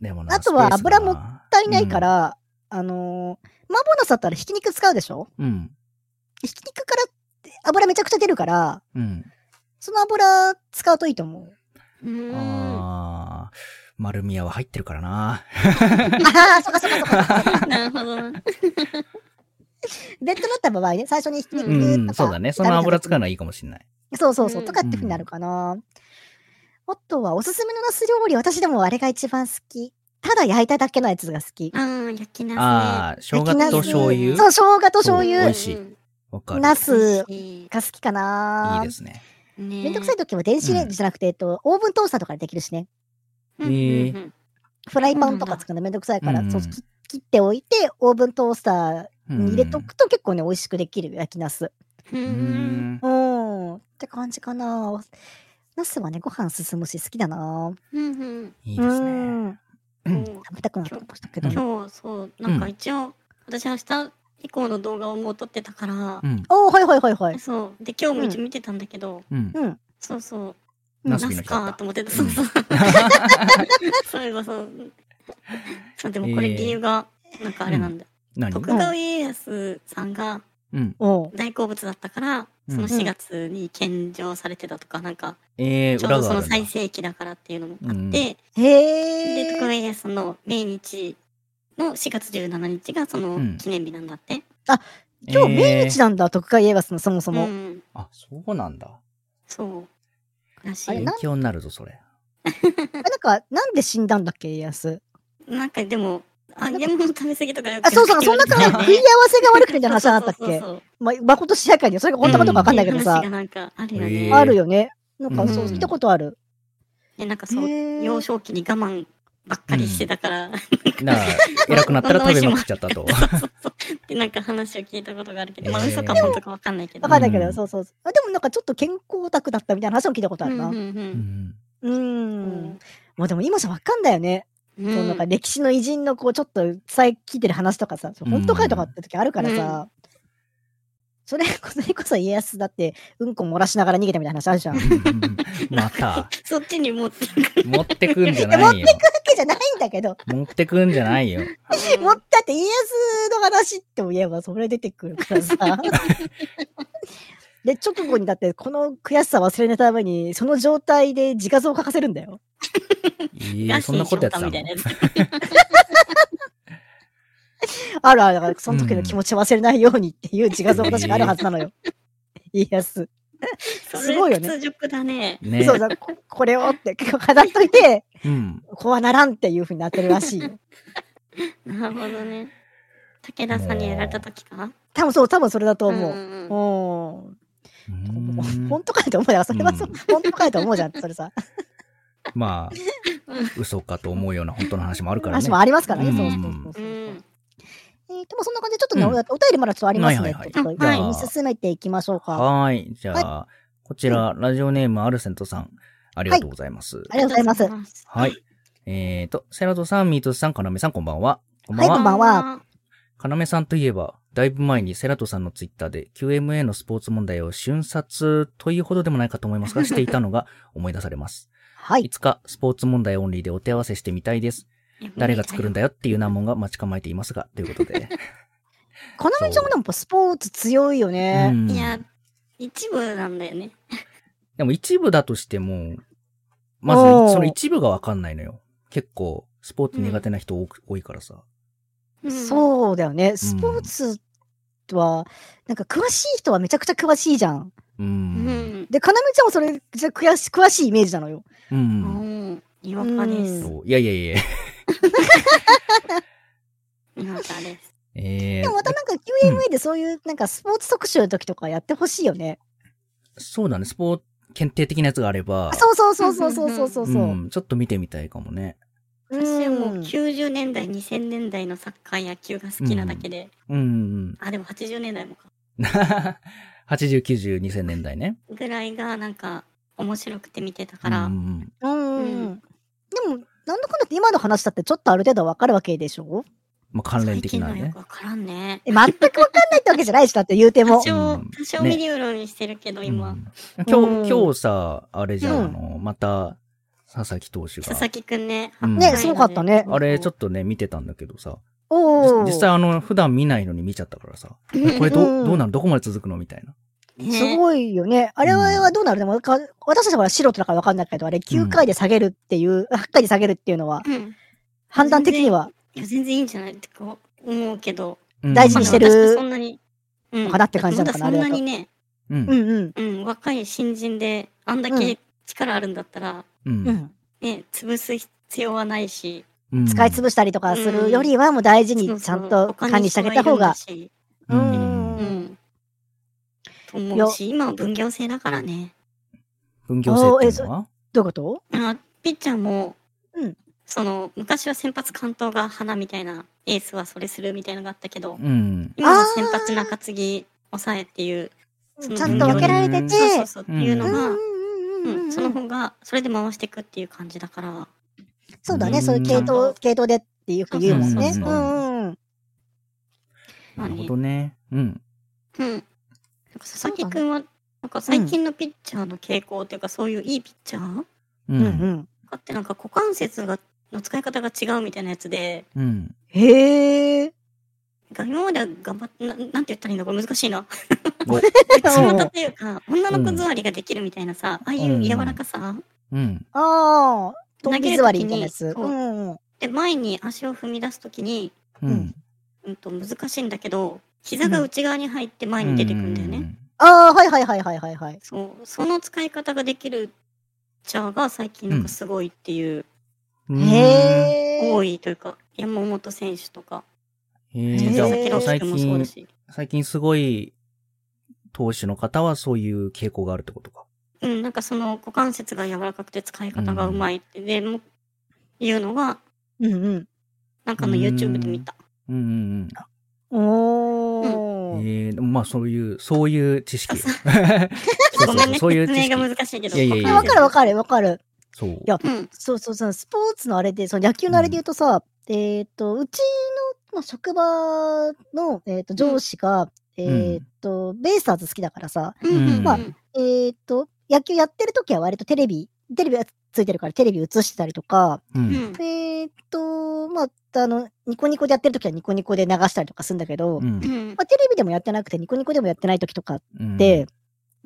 [SPEAKER 1] でもな
[SPEAKER 2] あとは
[SPEAKER 1] スペースがな
[SPEAKER 2] 油もたいないか。ら、あのー、マーボーナスだったらひき肉使うでしょ
[SPEAKER 1] うん。
[SPEAKER 2] ひき肉から油めちゃくちゃ出るから、
[SPEAKER 1] うん。
[SPEAKER 2] その油使うといい
[SPEAKER 1] [LAUGHS]
[SPEAKER 2] と思う。
[SPEAKER 3] うん。あ
[SPEAKER 1] ああ、丸宮は入ってるからな。
[SPEAKER 2] ああ、そっかそっかそっか。
[SPEAKER 3] ーなるほどな。
[SPEAKER 2] レッドになった場合ね、最初にひき肉
[SPEAKER 1] う
[SPEAKER 2] とか、
[SPEAKER 1] ん、そうだね。その油使うのはいいかもしれない。
[SPEAKER 2] そうそうそう、
[SPEAKER 3] うん
[SPEAKER 2] とかってふうになるかな。あとは、おすすめのナス料理、私でもあれが一番好き。ただ焼いただけのやつが好き。
[SPEAKER 3] ああ、焼きナスね。
[SPEAKER 1] ああ、生姜
[SPEAKER 2] 焼きナス
[SPEAKER 1] と醤油
[SPEAKER 2] そう、生姜と醤
[SPEAKER 1] 美
[SPEAKER 2] 油
[SPEAKER 1] 味しい
[SPEAKER 3] うん
[SPEAKER 1] わかる。
[SPEAKER 2] ナス
[SPEAKER 3] 美味し
[SPEAKER 2] が好きか
[SPEAKER 1] いい
[SPEAKER 2] な
[SPEAKER 1] で。すね。
[SPEAKER 3] いね
[SPEAKER 2] めんどくさい時は電子レンジじゃなくて、えっと、オーブントースターとかでできるしね。
[SPEAKER 3] うんうんうん
[SPEAKER 2] フライパンとか作るのめんどくさいから、
[SPEAKER 1] うん
[SPEAKER 2] そうき切っておいて、オーブントースタ
[SPEAKER 1] う
[SPEAKER 2] ー
[SPEAKER 1] ん
[SPEAKER 2] に入れとくと結構ね、美味しくできる焼きナス。
[SPEAKER 3] う。
[SPEAKER 1] うんん。
[SPEAKER 2] うん。って感じかな。ナスはね、ご飯進むし好きだな。
[SPEAKER 3] うんうん
[SPEAKER 1] いいです
[SPEAKER 2] う
[SPEAKER 1] ね。
[SPEAKER 2] ん
[SPEAKER 3] そう
[SPEAKER 2] 食べたくなってきましたけど。
[SPEAKER 3] 今日、そう、なんか一応、私明日以降の動画をもう撮ってたから
[SPEAKER 1] う、ん。
[SPEAKER 2] おー、はいはいはいはい。
[SPEAKER 3] そう。で、今日も一応見てたんだけど、
[SPEAKER 1] うん。
[SPEAKER 2] うん。
[SPEAKER 3] そうそう。
[SPEAKER 1] ナ
[SPEAKER 3] ナ
[SPEAKER 1] スビの
[SPEAKER 3] ス
[SPEAKER 1] 日だ
[SPEAKER 3] か
[SPEAKER 1] っ
[SPEAKER 3] と
[SPEAKER 1] た。
[SPEAKER 3] 思ってた。そうそう。
[SPEAKER 1] [LAUGHS]
[SPEAKER 3] そういえばそう。そう、でもこれ理由が、なんかあれなんだ。
[SPEAKER 1] 何
[SPEAKER 3] 徳川家康さんが
[SPEAKER 1] うん。
[SPEAKER 2] おう
[SPEAKER 3] 大好物だったから、
[SPEAKER 1] うん
[SPEAKER 3] その4月に献上されてたとか、なんか、
[SPEAKER 1] えー、
[SPEAKER 3] ちょうど
[SPEAKER 1] 裏
[SPEAKER 3] そ
[SPEAKER 1] があ
[SPEAKER 3] の
[SPEAKER 1] るんだ。
[SPEAKER 3] 最盛期だからっていうのもあっ
[SPEAKER 1] う
[SPEAKER 3] て、
[SPEAKER 1] ん
[SPEAKER 3] で、
[SPEAKER 2] へ
[SPEAKER 3] 徳
[SPEAKER 2] え。
[SPEAKER 3] 川家康の命日の4月17日がその記念日なんだって。
[SPEAKER 2] 今日
[SPEAKER 1] えー
[SPEAKER 2] 命なんだ、徳川家康のそもそ
[SPEAKER 3] うん、
[SPEAKER 2] も。
[SPEAKER 1] あ、そうなんだ。
[SPEAKER 3] そう。らし
[SPEAKER 2] あれ
[SPEAKER 3] い。
[SPEAKER 1] 勉
[SPEAKER 2] な
[SPEAKER 1] 強になるぞ、それ。
[SPEAKER 2] あなんか、なんで死んだんだっけ、家康。
[SPEAKER 3] なんかでも、揚げ物食べ過ぎとかよく
[SPEAKER 2] あ、そうそう、そんな感じ。食い合わせが悪くてみたいな話じゃなかったっけ
[SPEAKER 3] そうそうそう
[SPEAKER 2] ま、誠しやかに。それが本当かどうかわかんないけど
[SPEAKER 3] っ
[SPEAKER 2] さ
[SPEAKER 3] ていう話が。なんかあるよ
[SPEAKER 1] へ
[SPEAKER 3] ね。
[SPEAKER 1] ー
[SPEAKER 2] あるよね。なんか、そうう、
[SPEAKER 3] ん
[SPEAKER 2] 聞いたことある。
[SPEAKER 3] でなんかそう、
[SPEAKER 2] へー
[SPEAKER 3] 幼少期に我慢ばっかりしてたから、
[SPEAKER 1] なあ、偉くなったら食べまくっちゃったと。
[SPEAKER 3] そうそうってなんか話を聞いたことがあるけど、まあ
[SPEAKER 1] へー
[SPEAKER 3] 嘘か本当かわかんないけど。
[SPEAKER 2] わかんないけ
[SPEAKER 1] う
[SPEAKER 2] ど、
[SPEAKER 1] ん
[SPEAKER 2] そうそう。あでもなんかちょっと健康オタクだったみたいな話も聞いたことあるな。
[SPEAKER 3] うんう
[SPEAKER 2] うん。
[SPEAKER 1] うんん。
[SPEAKER 3] うんん
[SPEAKER 2] まあでも今じゃわかんだよね。
[SPEAKER 3] う
[SPEAKER 2] そのなんか歴史の偉人のこうちょっと伝え聞いてる話とかさ、
[SPEAKER 1] ん
[SPEAKER 2] 本当かいとかって時あるからさ、それ [LAUGHS] それこそ家康だってうんこ漏らしながら逃げたみたいな話あるじゃん。わ
[SPEAKER 1] また、
[SPEAKER 3] そっちに持ってく
[SPEAKER 1] 持ってくんじゃないよ。
[SPEAKER 2] けじゃないんだけど、
[SPEAKER 1] 持ってくんじゃないよ。
[SPEAKER 3] る。
[SPEAKER 2] もうだって家康の話って言えばそれ出てくるからさ。 [LAUGHS] で、直後にだってこの悔しさ忘れないために、その状態で自画像を描かせるんだよ。
[SPEAKER 1] いいえ、そんなことやってたの
[SPEAKER 3] ガッシー翔太みたいなや
[SPEAKER 2] あるある、だからその時の気持ちを忘れないようにっていう自画像私があるはず
[SPEAKER 1] [LAUGHS]
[SPEAKER 2] なのよ。家康。
[SPEAKER 3] つ
[SPEAKER 2] すごいよね
[SPEAKER 3] それ屈辱だね。
[SPEAKER 1] ね
[SPEAKER 2] そうだ、ここれをって飾っとい
[SPEAKER 1] [LAUGHS]
[SPEAKER 2] て、
[SPEAKER 1] うん。
[SPEAKER 2] こうはならんっていうふうになってるらしいよ。
[SPEAKER 3] なるほどね。武田さんにやられた時か
[SPEAKER 2] 多分そう、多分それだと思う。うん
[SPEAKER 3] んん
[SPEAKER 2] も
[SPEAKER 1] う
[SPEAKER 2] う [LAUGHS]
[SPEAKER 1] ーん
[SPEAKER 2] 本当かいと思うよ。それはそううん本当かいと思うじゃん。それさ。
[SPEAKER 1] まあ [LAUGHS]
[SPEAKER 3] うん、
[SPEAKER 1] 嘘かと思うような本当の話もあるからね。
[SPEAKER 2] 話もありますからね。
[SPEAKER 1] うん
[SPEAKER 2] そうそうそうう。
[SPEAKER 3] ん。
[SPEAKER 2] えーと、まあそんな感じで、ちょっとね、
[SPEAKER 1] う
[SPEAKER 2] お
[SPEAKER 1] ん
[SPEAKER 2] お便りまだちょっとあります
[SPEAKER 1] はい
[SPEAKER 2] ね
[SPEAKER 1] はいはい。
[SPEAKER 2] ちょっと
[SPEAKER 3] あ
[SPEAKER 2] じゃあ
[SPEAKER 1] はい
[SPEAKER 2] 読み進めていきましょうか。
[SPEAKER 1] はーい。じゃあ、こちら、ラジオネームアルセントさん、ありがとうございます。
[SPEAKER 2] ありがとうございます。
[SPEAKER 3] ます。
[SPEAKER 1] はい。えーと、セラドさん、ミートさん、カナメさん、こんばんは。こんば
[SPEAKER 2] は
[SPEAKER 1] ん
[SPEAKER 2] い、こん
[SPEAKER 1] は。
[SPEAKER 2] ばんは。
[SPEAKER 1] カナメさんといえば、だいぶ前にセラトさんのツイッターで QMA のスポーツ問題を瞬殺というほどでもないかと思いますが、していたの [LAUGHS] が思い出されます。
[SPEAKER 2] はいい。
[SPEAKER 1] つかスポーツ問題オンリーでお手合わせしてみたいです。誰が作るんだよっていう難問が待ち構えていますが、ということ [LAUGHS] で。
[SPEAKER 2] かなめちゃんもでもスポーツ強いよ
[SPEAKER 1] う
[SPEAKER 2] ね。
[SPEAKER 1] ん
[SPEAKER 3] いや、一部なんだよね。
[SPEAKER 1] でも一部だとしても、まず
[SPEAKER 2] おー
[SPEAKER 1] その一部がわかんないのよ。結構、スポーツ苦手な人多く多いからさ。
[SPEAKER 3] うん。
[SPEAKER 2] そうだよね。スポーツは、なんか詳しい人はめちゃくちゃ詳しいじゃん。
[SPEAKER 1] う。
[SPEAKER 3] うんん。
[SPEAKER 2] で、かなめちゃんもそれ、じゃ詳し詳しいイメージなのよ。
[SPEAKER 1] う。
[SPEAKER 3] うんん。違和感です。
[SPEAKER 1] そういやいやいや。 [LAUGHS]
[SPEAKER 3] 違和感です。
[SPEAKER 1] えー
[SPEAKER 2] でもまたなんか QMA でそういうなんかスポーツ特集の時とかやってほしいよね。
[SPEAKER 1] そうだね、スポーツ検定的なやつがあれば
[SPEAKER 2] あ、そうそうそうそうそうそうそう。
[SPEAKER 1] ん、ちょっと見てみたいかもね。
[SPEAKER 3] 私はもううん90年代、2000年代のサッカー、野球が好きなだけで。
[SPEAKER 1] うんうん
[SPEAKER 3] あ、でも80年代もか。
[SPEAKER 1] うん。80、90、2000年代ね。
[SPEAKER 3] ぐらいがなんか面白くて見てたから。
[SPEAKER 1] うんうんうん
[SPEAKER 2] うんうん
[SPEAKER 3] う
[SPEAKER 2] うん。でも、なんだかんだって今の話だってちょっとある程度わかるわけでしょ
[SPEAKER 1] まあ、関連的な
[SPEAKER 3] 最近のよ
[SPEAKER 1] ね
[SPEAKER 3] く。わからんね。
[SPEAKER 2] え全くわかんないってわけじゃないし、だって言うて
[SPEAKER 3] 多 [LAUGHS]
[SPEAKER 2] も。
[SPEAKER 3] 少
[SPEAKER 1] うん、
[SPEAKER 3] 多少
[SPEAKER 1] ね
[SPEAKER 3] ミリオロにしてるけど、今。
[SPEAKER 1] うん今
[SPEAKER 2] うん
[SPEAKER 1] 日、今日さ、あれじゃん、
[SPEAKER 2] うん
[SPEAKER 1] あの、また、佐々木投手
[SPEAKER 3] 佐
[SPEAKER 1] が。
[SPEAKER 3] 々木くんね。
[SPEAKER 1] うん
[SPEAKER 2] ねすごかったね
[SPEAKER 1] あれ、ちょ
[SPEAKER 3] っ
[SPEAKER 1] っとね、見てたんだけどさ。
[SPEAKER 2] おお。
[SPEAKER 1] 実際、あの、普段見ないのに見ちゃったからさ。
[SPEAKER 3] と
[SPEAKER 1] これ、ど
[SPEAKER 2] う
[SPEAKER 1] う、
[SPEAKER 2] ん
[SPEAKER 1] どうなのどこまで続くのみたいな。
[SPEAKER 2] すごいよね。あれはどうなるでも、か私たちはほら素人だからわかんないけど、あれ9回で下げるっていう、8回で下げるっていうのは、
[SPEAKER 3] うん。
[SPEAKER 2] 判断的には、
[SPEAKER 3] いや、全然いいんじゃないってこう思うけど。
[SPEAKER 1] うん
[SPEAKER 2] 大事にしてる
[SPEAKER 3] まだ私そんなに。う
[SPEAKER 2] のかなって感じなのかな
[SPEAKER 3] まだそん
[SPEAKER 2] あれだと
[SPEAKER 3] なにね、
[SPEAKER 1] うん
[SPEAKER 2] う。んうん。
[SPEAKER 3] うん、若い新人で、あんだ
[SPEAKER 2] う
[SPEAKER 3] け力あるんだったら、
[SPEAKER 1] うん
[SPEAKER 2] うん、
[SPEAKER 3] ね、潰す必要はないし。
[SPEAKER 1] うん
[SPEAKER 2] 使い潰したりとかするよりはもう大事にちゃんと管理してあげた方が。
[SPEAKER 3] そうそう他に人
[SPEAKER 1] う
[SPEAKER 3] が
[SPEAKER 1] ん
[SPEAKER 3] いるんだしうん。と思うし、今は分業制だからね。
[SPEAKER 1] 分業制っていうのは
[SPEAKER 2] どういうこと
[SPEAKER 3] あピッチャーも、
[SPEAKER 2] うん
[SPEAKER 3] その昔は先発関東が花みたいなエースはそれするみたいなのがあったけど
[SPEAKER 1] うん。
[SPEAKER 3] 今は先発中継ぎ抑えっていうその
[SPEAKER 2] ちゃんと分けられてて、
[SPEAKER 3] そうそうそうっていう
[SPEAKER 2] う
[SPEAKER 3] の
[SPEAKER 2] ん
[SPEAKER 3] が、
[SPEAKER 2] うん
[SPEAKER 3] う
[SPEAKER 2] うんんうん
[SPEAKER 3] その方がそれで回していくっていう感じだから
[SPEAKER 2] そうだね、
[SPEAKER 1] うん
[SPEAKER 2] そういう系統、系統でってよく言うもんね。
[SPEAKER 1] そううんそうそう
[SPEAKER 2] うん
[SPEAKER 3] ま
[SPEAKER 1] な
[SPEAKER 3] あ
[SPEAKER 1] る
[SPEAKER 3] ね
[SPEAKER 1] ほどね。うん。
[SPEAKER 3] うんなんか佐々木くんはなんか最近のピッチャーの傾向っていうかそういういいピッチャー
[SPEAKER 1] う。
[SPEAKER 2] うんうんん。
[SPEAKER 3] かってなんか股関節がの使い方が違うみたいなやつで
[SPEAKER 1] うん。
[SPEAKER 2] へえ。
[SPEAKER 3] なんか今までは頑張ってななんて言ったらいいのこれ難しいな
[SPEAKER 1] お
[SPEAKER 3] 内股というか、女の子座りができるみたいなさ、ああいう柔らかさ、
[SPEAKER 1] うん。
[SPEAKER 2] ああ、トンビ座りみたいなや
[SPEAKER 3] 投げ
[SPEAKER 2] つ。
[SPEAKER 3] る時
[SPEAKER 2] う
[SPEAKER 3] に
[SPEAKER 2] んうん。
[SPEAKER 3] で、前に足を踏み出すときに、
[SPEAKER 1] うん。
[SPEAKER 3] うんと難しいんだけど、膝が内側に入って前に出てくんだよね。
[SPEAKER 2] ああ、はいはいはいはいはいはい。
[SPEAKER 3] そう、その使い方ができるチャーが最近なんかすごいっていう、
[SPEAKER 1] うん。え。
[SPEAKER 2] へえ。
[SPEAKER 3] 多いというか、山本選手とか、
[SPEAKER 1] へえ。
[SPEAKER 2] ー
[SPEAKER 1] じゃ
[SPEAKER 3] 佐
[SPEAKER 1] あ
[SPEAKER 3] 々木朗希
[SPEAKER 1] 最
[SPEAKER 3] 君もそうだ
[SPEAKER 1] 近、
[SPEAKER 3] し。
[SPEAKER 1] 最近すごい投手の方はそういう傾向があるってことか。
[SPEAKER 3] うん、なんかその股関節が柔らかくて使い方がうまいって、で、もう、いうのが、
[SPEAKER 2] うん
[SPEAKER 3] なんかの YouTube で見た。
[SPEAKER 1] うんうん
[SPEAKER 2] うん。
[SPEAKER 1] う
[SPEAKER 2] おお
[SPEAKER 1] ん。。ええ、でもまあそういう、そういう知識よ。そうそ
[SPEAKER 3] ご
[SPEAKER 1] う
[SPEAKER 3] め
[SPEAKER 1] そ
[SPEAKER 3] ん
[SPEAKER 1] う、
[SPEAKER 3] ね、
[SPEAKER 1] そういう
[SPEAKER 3] 説
[SPEAKER 1] 知
[SPEAKER 3] 明
[SPEAKER 1] 識
[SPEAKER 3] が。難しいけど。
[SPEAKER 1] いやいやいや
[SPEAKER 2] わかるわかるわかる。
[SPEAKER 1] [LAUGHS] そう。
[SPEAKER 2] や
[SPEAKER 3] うん。
[SPEAKER 2] そうそうそう、スポーツのあれで、その野球のあれで言うとさ、えっ、と、うちの、まあ、職場の、えっ、と、上司が、えっ、と、ベイスターズ好きだからさ、
[SPEAKER 3] うんうんうん
[SPEAKER 1] まあ
[SPEAKER 2] えっ、と、野球やってる時は割とテレビ、テレビがついてるからテレビ映してたりとか、
[SPEAKER 1] う。
[SPEAKER 3] うんん
[SPEAKER 2] えっ、と、まあ、あの、ニコニコでやってる時はニコニコで流したりとかするんだけど、
[SPEAKER 1] う
[SPEAKER 2] ま
[SPEAKER 1] ん
[SPEAKER 3] うん
[SPEAKER 2] あ、テレビでもやってなくて、ニコニコでもやってない時とかっ
[SPEAKER 1] うん。
[SPEAKER 2] て、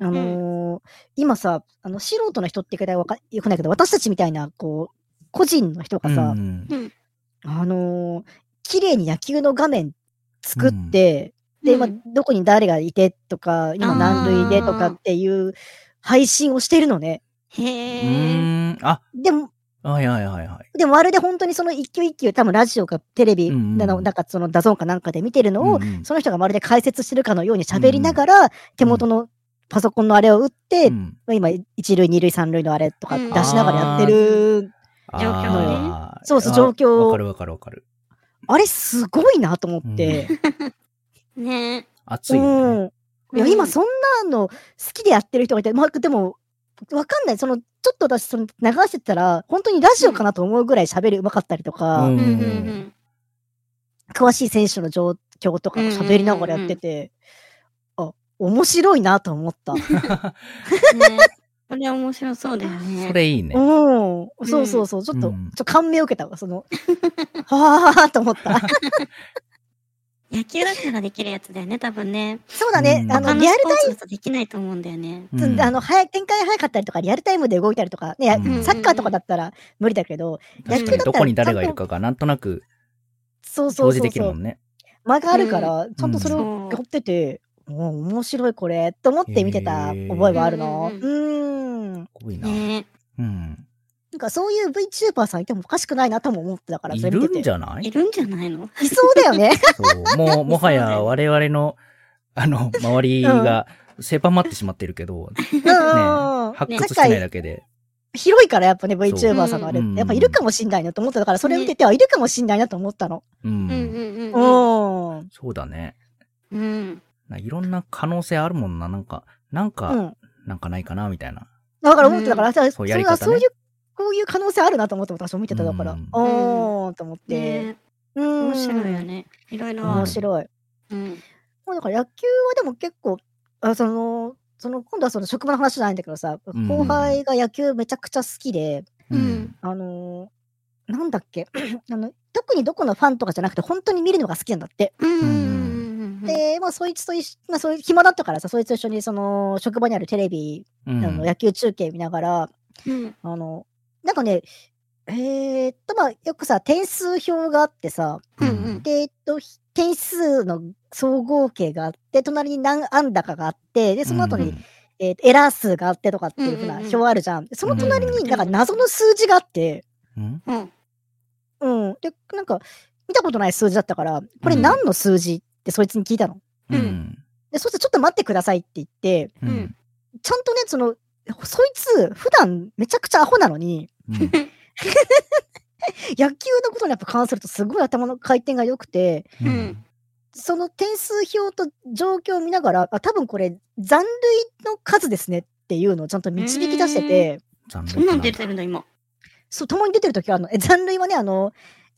[SPEAKER 2] あのー今さ、あの、素人の人ってくらいわか、よくないけど、私たちみたいな、こう、個人の人がさ、
[SPEAKER 1] うん
[SPEAKER 2] あのー綺麗に野球の画面作って、
[SPEAKER 3] うん
[SPEAKER 2] で、
[SPEAKER 3] うん
[SPEAKER 2] 今、どこに誰がいてとか、今何塁でとかっていう配信をしてるのね。
[SPEAKER 1] う
[SPEAKER 3] へえ。
[SPEAKER 1] ん。あ、
[SPEAKER 2] でも、
[SPEAKER 1] はいはいはいはい。
[SPEAKER 2] でもまるで本当にその一球一球、多分ラジオかテレビ
[SPEAKER 1] うんうん
[SPEAKER 2] なの、なんかそのダゾーンかなんかで見てるのを、
[SPEAKER 1] うんうん
[SPEAKER 2] その人がまるで解説してるかのように喋りながら、手元のパソコンのあれを打って、
[SPEAKER 1] うん
[SPEAKER 2] 今、一塁、二塁、三塁のあれとか出しながらやってる。
[SPEAKER 1] あ
[SPEAKER 3] 状況ね
[SPEAKER 1] ー
[SPEAKER 2] そうそう
[SPEAKER 1] あ
[SPEAKER 2] 状況
[SPEAKER 1] わかるわかるわかる。
[SPEAKER 2] あれ、すごいなと思って。
[SPEAKER 3] ね
[SPEAKER 1] 熱いよね。
[SPEAKER 2] うん。いや、
[SPEAKER 3] うん
[SPEAKER 2] 今そんなの好きでやってる人がいて、まあ、でも、わかんない。その、ちょっと私、その、流してたら、本当にラジオかなと思うぐらい喋りうまかったりとか、
[SPEAKER 1] うん
[SPEAKER 3] うんうん
[SPEAKER 2] 詳しい選手の状今日とかも喋りながらやってて、あ、面白いなと思 [LAUGHS] った。
[SPEAKER 3] ね。これ面白そうだよ
[SPEAKER 1] [LAUGHS]
[SPEAKER 3] ね。
[SPEAKER 1] それいいね。
[SPEAKER 2] うん。そうそうそう。ちょっと、
[SPEAKER 1] うん
[SPEAKER 2] ちょっと感銘を受けたわ、その、 [LAUGHS] はぁーと思った。
[SPEAKER 3] 野球だからできるやつだよね、多分ね。
[SPEAKER 2] そうだね
[SPEAKER 1] う。ん
[SPEAKER 2] あ
[SPEAKER 3] 他
[SPEAKER 2] の、
[SPEAKER 3] の
[SPEAKER 2] リア
[SPEAKER 3] ス
[SPEAKER 2] ル
[SPEAKER 3] ポーツだとできないと思うんだよね。
[SPEAKER 2] タイ
[SPEAKER 1] うん
[SPEAKER 2] ム、あの、早い、展開早かったりとか、リアルタイムで動いたりとか、ね、や
[SPEAKER 1] うん
[SPEAKER 2] サッカーとかだったら無理だけど、
[SPEAKER 1] 確か
[SPEAKER 2] 野球
[SPEAKER 1] に
[SPEAKER 2] だったら
[SPEAKER 1] どこに誰がいるかがなんとなく
[SPEAKER 2] そうそう
[SPEAKER 1] 表示
[SPEAKER 2] そう
[SPEAKER 1] できる
[SPEAKER 2] そ
[SPEAKER 1] も
[SPEAKER 2] う。
[SPEAKER 1] んね。
[SPEAKER 2] 間があるから、ちゃんとそれ
[SPEAKER 3] そ
[SPEAKER 2] を
[SPEAKER 3] う
[SPEAKER 2] やってて、もう面白いこれ、と思って見てた
[SPEAKER 1] へー
[SPEAKER 2] 覚えはあるな。う
[SPEAKER 3] うん
[SPEAKER 2] ーん。
[SPEAKER 1] 多いな。
[SPEAKER 3] ね
[SPEAKER 1] うん。
[SPEAKER 2] なんかそういう VTuber さんいてもおかしくないなとも思ってたから、
[SPEAKER 1] い
[SPEAKER 2] それ見
[SPEAKER 1] る
[SPEAKER 2] て
[SPEAKER 1] ん
[SPEAKER 2] て
[SPEAKER 1] じ。ゃない
[SPEAKER 3] いるんじゃないの
[SPEAKER 2] いそうだ
[SPEAKER 1] [LAUGHS]
[SPEAKER 2] よね。
[SPEAKER 1] そう。
[SPEAKER 2] [LAUGHS]
[SPEAKER 1] もう、もはや我々の、あの、周りが狭まってしまってるけど、
[SPEAKER 2] うんうん
[SPEAKER 1] ね、
[SPEAKER 2] うん。
[SPEAKER 1] 発掘してないだけで。
[SPEAKER 2] 広いからやっぱね、
[SPEAKER 1] そ
[SPEAKER 2] VTuber
[SPEAKER 3] う
[SPEAKER 2] さんのあれっ
[SPEAKER 1] うんうん
[SPEAKER 2] て、やっぱいるかもしんないなと思っただから、それ見てて、あ、いるかもしんないなと思ったの。
[SPEAKER 1] う。
[SPEAKER 3] うんん
[SPEAKER 2] う
[SPEAKER 3] うん
[SPEAKER 2] ん。うん。
[SPEAKER 1] そうだね。
[SPEAKER 3] うん。うん。
[SPEAKER 1] ないろんな可能性あるもんな。なんか、なんか、
[SPEAKER 2] だ
[SPEAKER 1] なんかないかな、みたいな。
[SPEAKER 2] から思ってたから、さ
[SPEAKER 1] そ
[SPEAKER 2] そうう
[SPEAKER 1] やり
[SPEAKER 2] れ
[SPEAKER 1] 方ね
[SPEAKER 2] はそういう、こういう可能性あるなと思って私も見てただから、
[SPEAKER 1] う
[SPEAKER 2] うんーん、と思って。
[SPEAKER 3] ね
[SPEAKER 2] うん。
[SPEAKER 3] 面白いよ。ね。いろいろあ
[SPEAKER 2] 面
[SPEAKER 3] る。
[SPEAKER 2] 白い。
[SPEAKER 3] うん。
[SPEAKER 2] もうだから野球はでも結構、あその、その、今度はその職場の話じゃないんだけどさ、
[SPEAKER 1] うん
[SPEAKER 2] 後輩が野球めちゃくちゃ好きで、
[SPEAKER 3] うん
[SPEAKER 2] あのーなんだっけ [CLEARS THROAT] あの、特にどこのファンとかじゃなくて、本当に見るのが好きなんだって。
[SPEAKER 3] うんうん。うん、
[SPEAKER 2] で、まあ、そいつと一緒、まあ、そういう暇だったからさ、そいつと一緒に、その、職場にあるテレビ、
[SPEAKER 1] う
[SPEAKER 2] あ
[SPEAKER 1] ん。
[SPEAKER 2] の野球中継見ながら、
[SPEAKER 3] うん。
[SPEAKER 2] あの、なんかね、えーっと、まあ、よくさ、点数表があってさ、
[SPEAKER 3] うんうん。
[SPEAKER 2] で、えっと、ひ点数の総合計があって、隣に何安高があって、で、その後に、
[SPEAKER 1] うん
[SPEAKER 2] えーエラー数があってとかっていうふうな
[SPEAKER 3] うんうんうん
[SPEAKER 2] 表あるじゃん。その隣
[SPEAKER 1] うん
[SPEAKER 2] になんか謎の数字があって、
[SPEAKER 1] うん
[SPEAKER 3] うん。
[SPEAKER 2] うん。で、なんか、見たことない数字だったから、これ何の数字ってそいつに聞いたの。
[SPEAKER 1] う
[SPEAKER 3] うん
[SPEAKER 1] ん。
[SPEAKER 2] で、そいつちょっと待ってくださいって言って、
[SPEAKER 1] う
[SPEAKER 3] うんん。
[SPEAKER 2] ちゃんとね、その、そいつ、普段めちゃくちゃアホなのに、
[SPEAKER 1] うん
[SPEAKER 2] 野球のことにやっぱ関するとすごい頭の回転が良くて、
[SPEAKER 1] う
[SPEAKER 3] うんん。
[SPEAKER 2] その点数表と状況を見ながら、あ、多分これ残塁の数ですねっていうのをちゃんと導き出してて、
[SPEAKER 1] 残
[SPEAKER 3] そんなん
[SPEAKER 1] 念だ
[SPEAKER 3] 出
[SPEAKER 1] な。
[SPEAKER 3] てるんだ、今。
[SPEAKER 2] そう、共に出てる時はあるの。え、残塁はね、あの、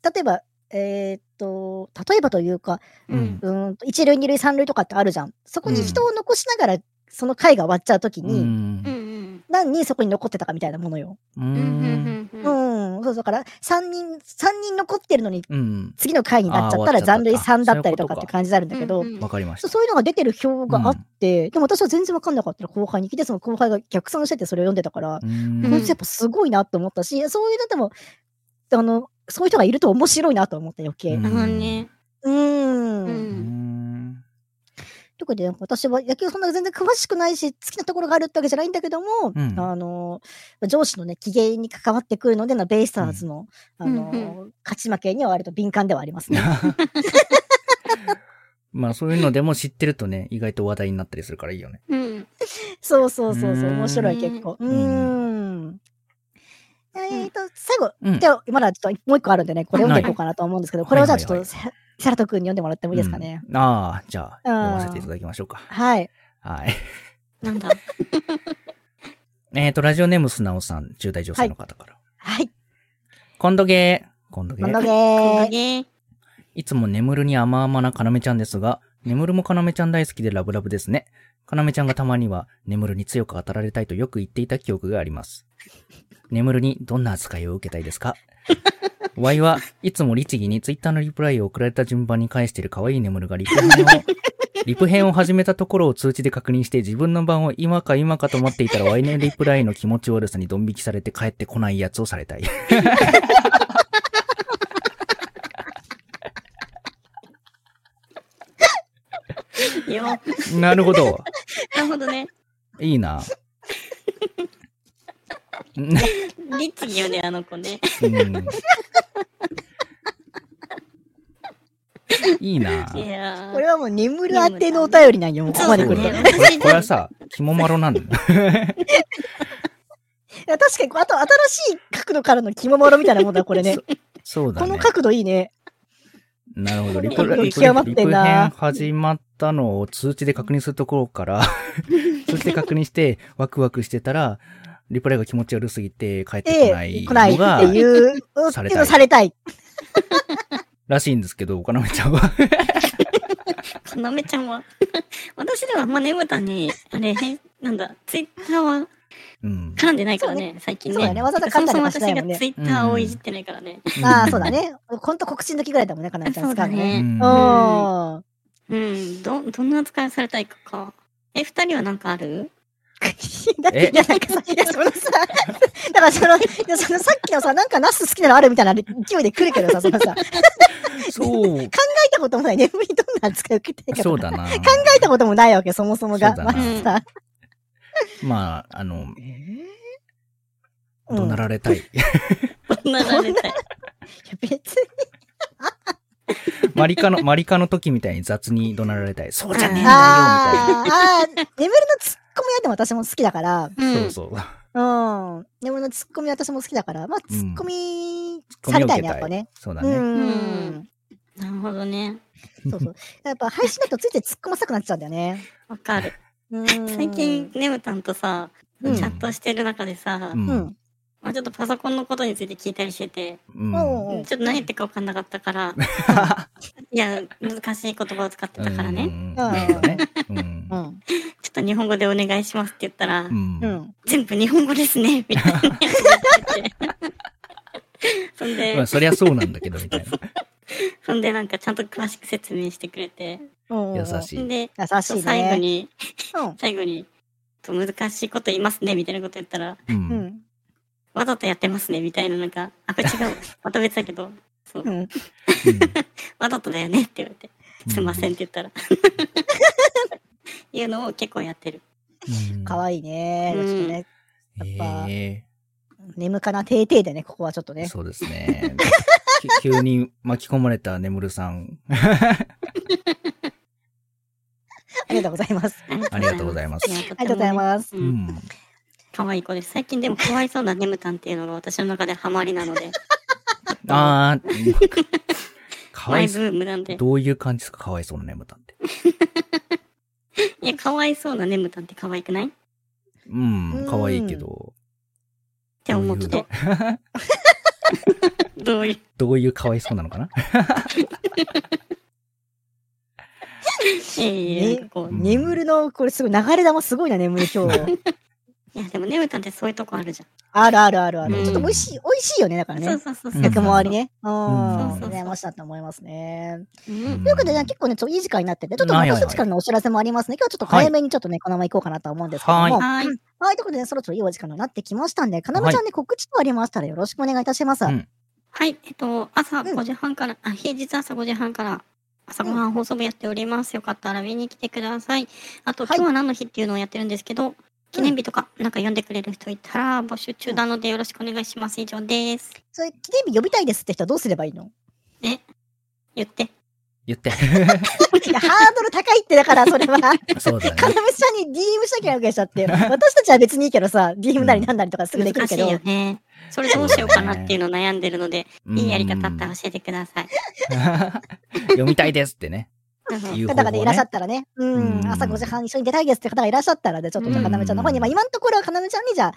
[SPEAKER 2] 例えば、えーっと、例えばというか、
[SPEAKER 1] う
[SPEAKER 3] うんん。
[SPEAKER 2] うーんと、一塁、二塁、三塁とかってあるじゃん。そこ
[SPEAKER 1] う
[SPEAKER 2] に
[SPEAKER 1] ん
[SPEAKER 2] 人を残しながら、その回が終わっちゃう時
[SPEAKER 1] う
[SPEAKER 2] に、
[SPEAKER 1] ん
[SPEAKER 3] うん。うん。
[SPEAKER 2] 何人そこに残ってたかみたいなものよ。
[SPEAKER 1] う。
[SPEAKER 3] うんん。うん。うん。
[SPEAKER 2] うん、そうだから、3人、三人残ってるのに、
[SPEAKER 1] うん。
[SPEAKER 2] 次の回になっちゃった
[SPEAKER 1] あ
[SPEAKER 2] ら
[SPEAKER 1] ー終わっちゃった
[SPEAKER 2] 残塁3だったりと
[SPEAKER 1] そういうことか
[SPEAKER 2] かって感じになるんだけど、
[SPEAKER 3] うんうん
[SPEAKER 1] わかりま
[SPEAKER 2] そ
[SPEAKER 1] し
[SPEAKER 2] うそういうのが出てる表があって、でも私は全然わかんなかったら後輩に来て、その後輩が逆算しててそれを読んでたから、
[SPEAKER 1] た。う
[SPEAKER 3] うん
[SPEAKER 2] こい
[SPEAKER 1] ん
[SPEAKER 2] つやっぱすごいなと思ったし、そういうのでも、あの、そういう人がいると面白いなと思った余計。
[SPEAKER 3] あのね。
[SPEAKER 2] うー。
[SPEAKER 3] うん
[SPEAKER 2] ん
[SPEAKER 3] ん。
[SPEAKER 2] とかで、私は野球そんな全然詳しくないし、好きなところがあるってわけじゃないんだけども、
[SPEAKER 1] うん
[SPEAKER 2] あの、上司のね、機嫌に関わってくるので、なベイスターズの、
[SPEAKER 3] うん
[SPEAKER 2] あの、
[SPEAKER 3] うん
[SPEAKER 2] 勝ち負けには割と敏感ではありますね。
[SPEAKER 1] まあそういうのでも知ってるとね、意外と話題になったりするからいいよね。
[SPEAKER 3] うん。
[SPEAKER 2] そうそうそうそうう、
[SPEAKER 1] ーん
[SPEAKER 2] 面白い結構。うーん。えっと、最後、
[SPEAKER 1] うん
[SPEAKER 2] じ。ゃあ、まだちょっともう一個あるんでね、これ読んでいこうかなと思うんですけど、これをじゃあちょ
[SPEAKER 1] は
[SPEAKER 2] っと、
[SPEAKER 1] い
[SPEAKER 2] せセラト君に読んでもらってもいいですかね。
[SPEAKER 1] うん。ああ、じゃあ、読ませていただきましょうか。
[SPEAKER 2] はい。
[SPEAKER 1] はい。
[SPEAKER 3] なんだ。
[SPEAKER 1] えっと、ラジオネームすなおさん、10代女性の方から。
[SPEAKER 2] はい。
[SPEAKER 1] コンドゲー。コンドゲ
[SPEAKER 2] なんだ
[SPEAKER 1] ー。
[SPEAKER 2] げ
[SPEAKER 3] 今度
[SPEAKER 2] ー。
[SPEAKER 3] ね。
[SPEAKER 1] いつも眠るに甘々なかなめちゃんですが、眠るもかなめちゃん大好きでラブラブですね。かなめちゃんがたまには、眠るに強く当たられたいとよく言っていた記憶があります。眠るにどんな扱いを受けたいです [LAUGHS] かワイはいつも律儀にツイッターのリプライを送られた順番に返している可愛い眠るがリプ編を、リプ編を始めたところを通知で確認して自分の番を今か今かと思っていたらワイのリプライの気持ち悪さにドン引きされて帰ってこないやつをされたい。
[SPEAKER 3] よ。
[SPEAKER 1] [LAUGHS] なるほど。
[SPEAKER 3] なるほどね。
[SPEAKER 1] いいな。
[SPEAKER 3] 律儀よね、あの子ね。
[SPEAKER 1] うんいいな。
[SPEAKER 3] いやー
[SPEAKER 2] これはもう眠る宛てのお便りなんよ、もうここまで来ると
[SPEAKER 1] そうだ
[SPEAKER 2] ね。
[SPEAKER 1] ねこれこれはさ、肝まろなんだよ。
[SPEAKER 2] いや確かに、あと新しい角度からの肝もろみたいなもんだ、これね。
[SPEAKER 1] そうだ
[SPEAKER 2] この
[SPEAKER 1] ね。
[SPEAKER 2] 角度いいね。
[SPEAKER 1] なるほど。リプ
[SPEAKER 3] この
[SPEAKER 1] リプ
[SPEAKER 2] 極まって
[SPEAKER 1] リ
[SPEAKER 2] んな
[SPEAKER 1] プ編始まったのを通知で確認するところ
[SPEAKER 2] [LAUGHS]
[SPEAKER 1] から、通知で確認してワクワクしてたら、リプレイが気持ち悪すぎて帰ってこな
[SPEAKER 2] ええ、
[SPEAKER 1] い
[SPEAKER 2] 来ない
[SPEAKER 1] のが
[SPEAKER 2] って、いう、
[SPEAKER 1] さ
[SPEAKER 2] っ
[SPEAKER 1] れ
[SPEAKER 2] てい
[SPEAKER 1] た
[SPEAKER 2] う
[SPEAKER 1] い
[SPEAKER 2] のされたい。
[SPEAKER 1] らしいんですけど、岡野めちゃんは。
[SPEAKER 3] なめちゃんは。私ではあんまねぶたに、あれ、へんなんだ、ツイッターは
[SPEAKER 1] うん。
[SPEAKER 3] 絡んでないからね、最近
[SPEAKER 2] そうだ
[SPEAKER 3] ね。
[SPEAKER 2] ね。わざわざ
[SPEAKER 3] そ
[SPEAKER 2] 買っ
[SPEAKER 3] も
[SPEAKER 2] た
[SPEAKER 3] そ
[SPEAKER 2] り
[SPEAKER 3] も
[SPEAKER 2] はし
[SPEAKER 3] 私
[SPEAKER 2] ない
[SPEAKER 3] が
[SPEAKER 2] もんね
[SPEAKER 3] ツ。イッターをいじってないからね。
[SPEAKER 2] ああ、そうだ。ね。ほんと告知の時ぐらいだもんね、かなちゃん使うのね。
[SPEAKER 1] うん
[SPEAKER 2] うーん。
[SPEAKER 3] うん、ど、どんな扱いをされたいかか。え、二人はなんかある
[SPEAKER 2] だって、いや、なんかさ、いや、そのさ、だからその、いやそのさっきのさ、なんかナス好きなのあるみたいな勢いで来るけどさ、そのさ、考
[SPEAKER 1] そう、
[SPEAKER 2] えたこともない眠りどんな扱い受けてるか
[SPEAKER 1] そう
[SPEAKER 2] 考
[SPEAKER 1] だな。考
[SPEAKER 2] えたこともないわけ、そもそもが。
[SPEAKER 1] そうだ
[SPEAKER 2] ま
[SPEAKER 1] な
[SPEAKER 2] ずさ、
[SPEAKER 1] まあ、あの、
[SPEAKER 2] えーう
[SPEAKER 1] 怒
[SPEAKER 2] ん。い
[SPEAKER 1] 鳴られ [LAUGHS] たい。
[SPEAKER 3] どんなられた
[SPEAKER 2] や、
[SPEAKER 3] い。
[SPEAKER 2] 別に。
[SPEAKER 1] マリカの、マリカの時みたいに雑に怒鳴られたい。そうじゃねえんだよ
[SPEAKER 2] あーあー、眠りのツッコミはでも私も好きだから、
[SPEAKER 3] う
[SPEAKER 1] みたい
[SPEAKER 3] ん
[SPEAKER 1] な。。そうそう。
[SPEAKER 2] うん。眠りのツッコミは私も好きだから、まあ、ツッコミ
[SPEAKER 1] ツッコミ
[SPEAKER 2] され
[SPEAKER 1] を
[SPEAKER 2] た
[SPEAKER 1] 受
[SPEAKER 2] い
[SPEAKER 1] け
[SPEAKER 2] ね、やっぱね。
[SPEAKER 1] そうだ
[SPEAKER 2] う
[SPEAKER 1] ね。
[SPEAKER 2] ん。
[SPEAKER 3] なるほどね。
[SPEAKER 2] そうそう。やっぱ配信だとついて突っ込ませたくなっちゃうんだよね。
[SPEAKER 3] わかる。
[SPEAKER 2] うん
[SPEAKER 3] 最近、、ねぶたんとさ、チ
[SPEAKER 2] う
[SPEAKER 3] ャ
[SPEAKER 2] ん
[SPEAKER 3] ットしてる中でさ、
[SPEAKER 1] うん。
[SPEAKER 2] う
[SPEAKER 1] うん
[SPEAKER 2] ん。
[SPEAKER 3] まあちょっとパソコンのことについて聞いたりしてて、
[SPEAKER 1] うん。
[SPEAKER 2] おうおう
[SPEAKER 3] ちょっと何言ってるか分かんなかったから、いや、難しい言葉を使ってたから
[SPEAKER 1] うん
[SPEAKER 3] ね、。
[SPEAKER 1] なるほどね。うん
[SPEAKER 2] う。ん。
[SPEAKER 3] ちょっと日本語でお願いしますって言ったら、
[SPEAKER 1] うん
[SPEAKER 2] う。ん。
[SPEAKER 3] 全部日本語ですね、みたいなやつが言ってて。そん
[SPEAKER 1] ま
[SPEAKER 3] で
[SPEAKER 1] あ、、そりゃ [LAUGHS] そうなんだけど、みたい
[SPEAKER 3] そんでなんかちゃんと詳しく説明してくれて、
[SPEAKER 2] うん。
[SPEAKER 1] な。優しい。
[SPEAKER 3] で、
[SPEAKER 2] 優しいね。
[SPEAKER 3] 最後に、
[SPEAKER 2] うん。
[SPEAKER 3] 最後に、ちょっと難しいこと言いますね、みたいなこと言ったら、
[SPEAKER 1] う。
[SPEAKER 2] うんん。
[SPEAKER 3] わざとやってますね、みたいな、なんか、あ、これ違う、また別だけど、そう
[SPEAKER 2] う、ん。
[SPEAKER 3] わざとだよねって言われて、すいません
[SPEAKER 1] ん。
[SPEAKER 3] って言ったら。 [LAUGHS] いうのを結構やってる。
[SPEAKER 2] かわいいね。ちょ
[SPEAKER 3] う
[SPEAKER 2] っ
[SPEAKER 3] ん
[SPEAKER 2] とね、
[SPEAKER 1] い
[SPEAKER 2] やっぱ
[SPEAKER 1] え
[SPEAKER 2] 眠かな、ていていでね、ここはちょっと
[SPEAKER 1] え。
[SPEAKER 2] ね。
[SPEAKER 1] そうですね。 [LAUGHS] き急に巻き込まれたねむるさん。
[SPEAKER 2] ありがとうございます。
[SPEAKER 1] ありがとうございます
[SPEAKER 3] や
[SPEAKER 2] ありがとうございます。
[SPEAKER 3] と
[SPEAKER 1] う
[SPEAKER 3] てもねうん
[SPEAKER 1] ん。
[SPEAKER 3] 可愛い子です。最近でも可哀想なねむたんっていうのが私の中でハマりなので、
[SPEAKER 1] あー、かわ
[SPEAKER 3] マイ
[SPEAKER 1] い
[SPEAKER 3] ブ
[SPEAKER 1] そう。
[SPEAKER 3] ームなんで。
[SPEAKER 1] どういう感じですかかわいそうなねむたんって。
[SPEAKER 3] いや、可哀想なねむたんって可愛くないっ
[SPEAKER 1] うん。かわいいけど。
[SPEAKER 3] て思っ
[SPEAKER 1] ど
[SPEAKER 3] て。どういう。 [LAUGHS]
[SPEAKER 1] どういうかわいそうなのかな
[SPEAKER 3] ええ
[SPEAKER 2] ね
[SPEAKER 3] なんかこ
[SPEAKER 1] うん
[SPEAKER 2] 眠るの、これすごい、流れ玉すごいな、眠る今日。
[SPEAKER 3] う。いや、でもねむたんってそういうとこあるじ
[SPEAKER 2] あるあるあるある。
[SPEAKER 3] うん
[SPEAKER 2] ちょっと美味しい、美味しいよね、だか
[SPEAKER 3] ゃ
[SPEAKER 2] ら
[SPEAKER 3] ん。そう
[SPEAKER 2] ね。
[SPEAKER 3] そうそうそう。
[SPEAKER 2] 逆回りね。うん。
[SPEAKER 1] ん
[SPEAKER 2] 羨ましいなと思いますね。
[SPEAKER 3] うん
[SPEAKER 2] ということでね、結構ね、ちょっといい時間になってて、ちょっと
[SPEAKER 1] はいはいはい
[SPEAKER 2] 私たちからのお知らせもありますね。今日はちょっと早めにちょっとね、このまま行こうかなとは思うんですけども。
[SPEAKER 1] はい
[SPEAKER 3] はい。
[SPEAKER 2] はい、ということでね、そろそろいいお時間になってきましたんで、かなめちゃんね、告知とありましたらよろしくお願いいたします。
[SPEAKER 1] う
[SPEAKER 2] うんん。
[SPEAKER 3] はい、えっと、朝
[SPEAKER 2] うん
[SPEAKER 3] 5時半から、あ、平日朝5時半から、朝ごはん放送部やっております。よかったら見に来てください。あと、
[SPEAKER 2] はい
[SPEAKER 3] 今日は何の日っていうのをやってるんですけど、記念日とか、なんか読んでくれる人いたら募集中なのでよろしくお願いします。以上です。
[SPEAKER 2] それ、記念日呼びたいですって人はどうすればいいの
[SPEAKER 3] 言って。
[SPEAKER 1] 言って。
[SPEAKER 2] いや、ハードル高いって、だから、そ
[SPEAKER 1] [LAUGHS]
[SPEAKER 2] れは、かな
[SPEAKER 1] そうだ
[SPEAKER 2] [LAUGHS] め
[SPEAKER 1] ね。
[SPEAKER 2] ちゃんに DM しなきゃいけないわけでしょだって。私たちは別にいいけどさ、DM なりなんなりとかすぐできる
[SPEAKER 3] 難し
[SPEAKER 2] け
[SPEAKER 3] い
[SPEAKER 2] ど。
[SPEAKER 3] よね。それどうしようかなっていうのを悩んでるので、
[SPEAKER 1] うん [LAUGHS]
[SPEAKER 3] いいやり方あったら教えてください。
[SPEAKER 1] 読みたいですってね。
[SPEAKER 3] うん
[SPEAKER 1] 言う
[SPEAKER 2] 方
[SPEAKER 1] 方法
[SPEAKER 2] がね、
[SPEAKER 1] ね。
[SPEAKER 2] いらっしゃったらね、う
[SPEAKER 1] うん
[SPEAKER 2] ん、朝5時半一緒に出たいですって方がいらっしゃったら、で、ちょっとじゃあ
[SPEAKER 3] うん
[SPEAKER 2] かなめちゃんの方に、まあ今のところはかなめちゃんに、じゃあ、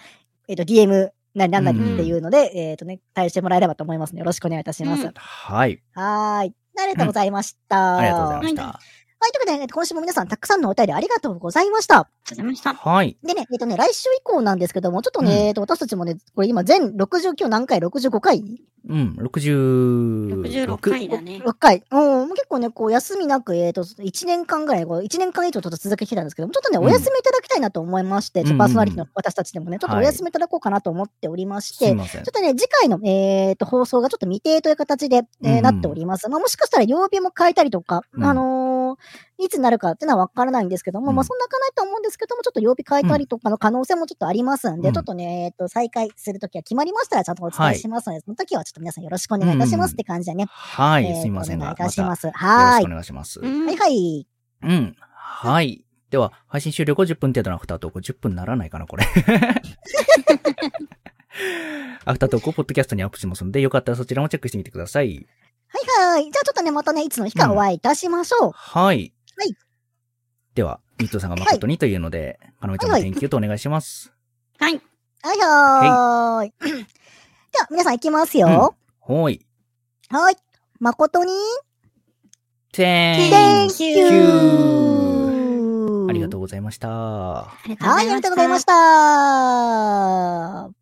[SPEAKER 2] えっと、DM なりなんなりっていうので、えっとね、対してもらえればと思いますので、よろしくお願いいたします。
[SPEAKER 3] うん
[SPEAKER 1] はい。
[SPEAKER 2] はーい。ありがとうございました。
[SPEAKER 1] ありがとうございまし
[SPEAKER 3] は
[SPEAKER 1] た。
[SPEAKER 2] はい、ということで、今週も皆さんたくさんのお便りありがとうございました。
[SPEAKER 3] ありがとうございました。
[SPEAKER 1] はい。
[SPEAKER 2] でね、えっとね、来週以降なんですけども、ちょっとね、
[SPEAKER 1] うん
[SPEAKER 2] えっと、私たちもね、これ今全69何回 ?65 回
[SPEAKER 1] うん、66
[SPEAKER 3] 66回だね。
[SPEAKER 2] ?6 回。うん、もう結構ね、こう、休みなく、えっと、1年間ぐらい、こう1年間以上ちょっと続けてきたんですけども、ちょっとね、
[SPEAKER 1] うん
[SPEAKER 2] お休みいただきたいなと思いまして、ちょっ
[SPEAKER 1] うん
[SPEAKER 2] とパーソナリティの私たちでもね、ちょっとお
[SPEAKER 1] はい
[SPEAKER 2] 休みいただこうかなと思っておりまし
[SPEAKER 1] す
[SPEAKER 2] て、
[SPEAKER 1] いません
[SPEAKER 2] ちょっ。とね、次回の、えっと放送がちょっと未定という形で、
[SPEAKER 1] うん
[SPEAKER 2] えー
[SPEAKER 1] うん
[SPEAKER 2] なっております。まあ、もしかしたら曜日も変えたりとか、
[SPEAKER 1] うん
[SPEAKER 2] あのーいつになるかっていうのは分からないんですけども、
[SPEAKER 1] うん
[SPEAKER 2] まあ、そんなかないと思うんですけども、ちょっと曜日変えたりとかの可能性もちょっとありますんで、
[SPEAKER 1] うん
[SPEAKER 2] ちょっとね、えっと再開するときは決まりましたらちゃんとお伝えしますので、その時はちょっと皆さんよろしくお願いいたしますって感じでね。
[SPEAKER 1] は
[SPEAKER 2] え
[SPEAKER 1] い、
[SPEAKER 2] ー
[SPEAKER 1] すいません
[SPEAKER 2] お願い
[SPEAKER 1] がま、
[SPEAKER 2] い。たした
[SPEAKER 1] よろし
[SPEAKER 2] ます。はー
[SPEAKER 1] く
[SPEAKER 2] い
[SPEAKER 1] お。願いします
[SPEAKER 3] う。
[SPEAKER 2] は
[SPEAKER 3] ん
[SPEAKER 2] い。はい。
[SPEAKER 1] うん。はい。では、配信終了後10分程度のアフタートーク、10分ならないかな、これ。アフタートークをポッドキャストにアップしますので、よかったらそちらもチェックしてみてください。
[SPEAKER 2] はいはい。じゃあちょっとね、またね、いつの日かお会いいたしましょう。
[SPEAKER 1] はい。
[SPEAKER 2] はい。
[SPEAKER 1] では、ミッドさんが誠にというので、かなめちゃんも
[SPEAKER 2] はいはい
[SPEAKER 1] 研究とお願いします。
[SPEAKER 3] はい。
[SPEAKER 2] はいはー [CLEARS THROAT] い。では、皆さんいきますよ。
[SPEAKER 1] はい。
[SPEAKER 2] はい。誠に、
[SPEAKER 1] Thank
[SPEAKER 2] Thank
[SPEAKER 1] you.
[SPEAKER 2] you!
[SPEAKER 1] ありがとうございました。
[SPEAKER 3] ありがとうご
[SPEAKER 2] はい、あり
[SPEAKER 3] ざい
[SPEAKER 2] が
[SPEAKER 3] ま
[SPEAKER 2] とう
[SPEAKER 3] し
[SPEAKER 2] ござい
[SPEAKER 3] た
[SPEAKER 2] まし。た。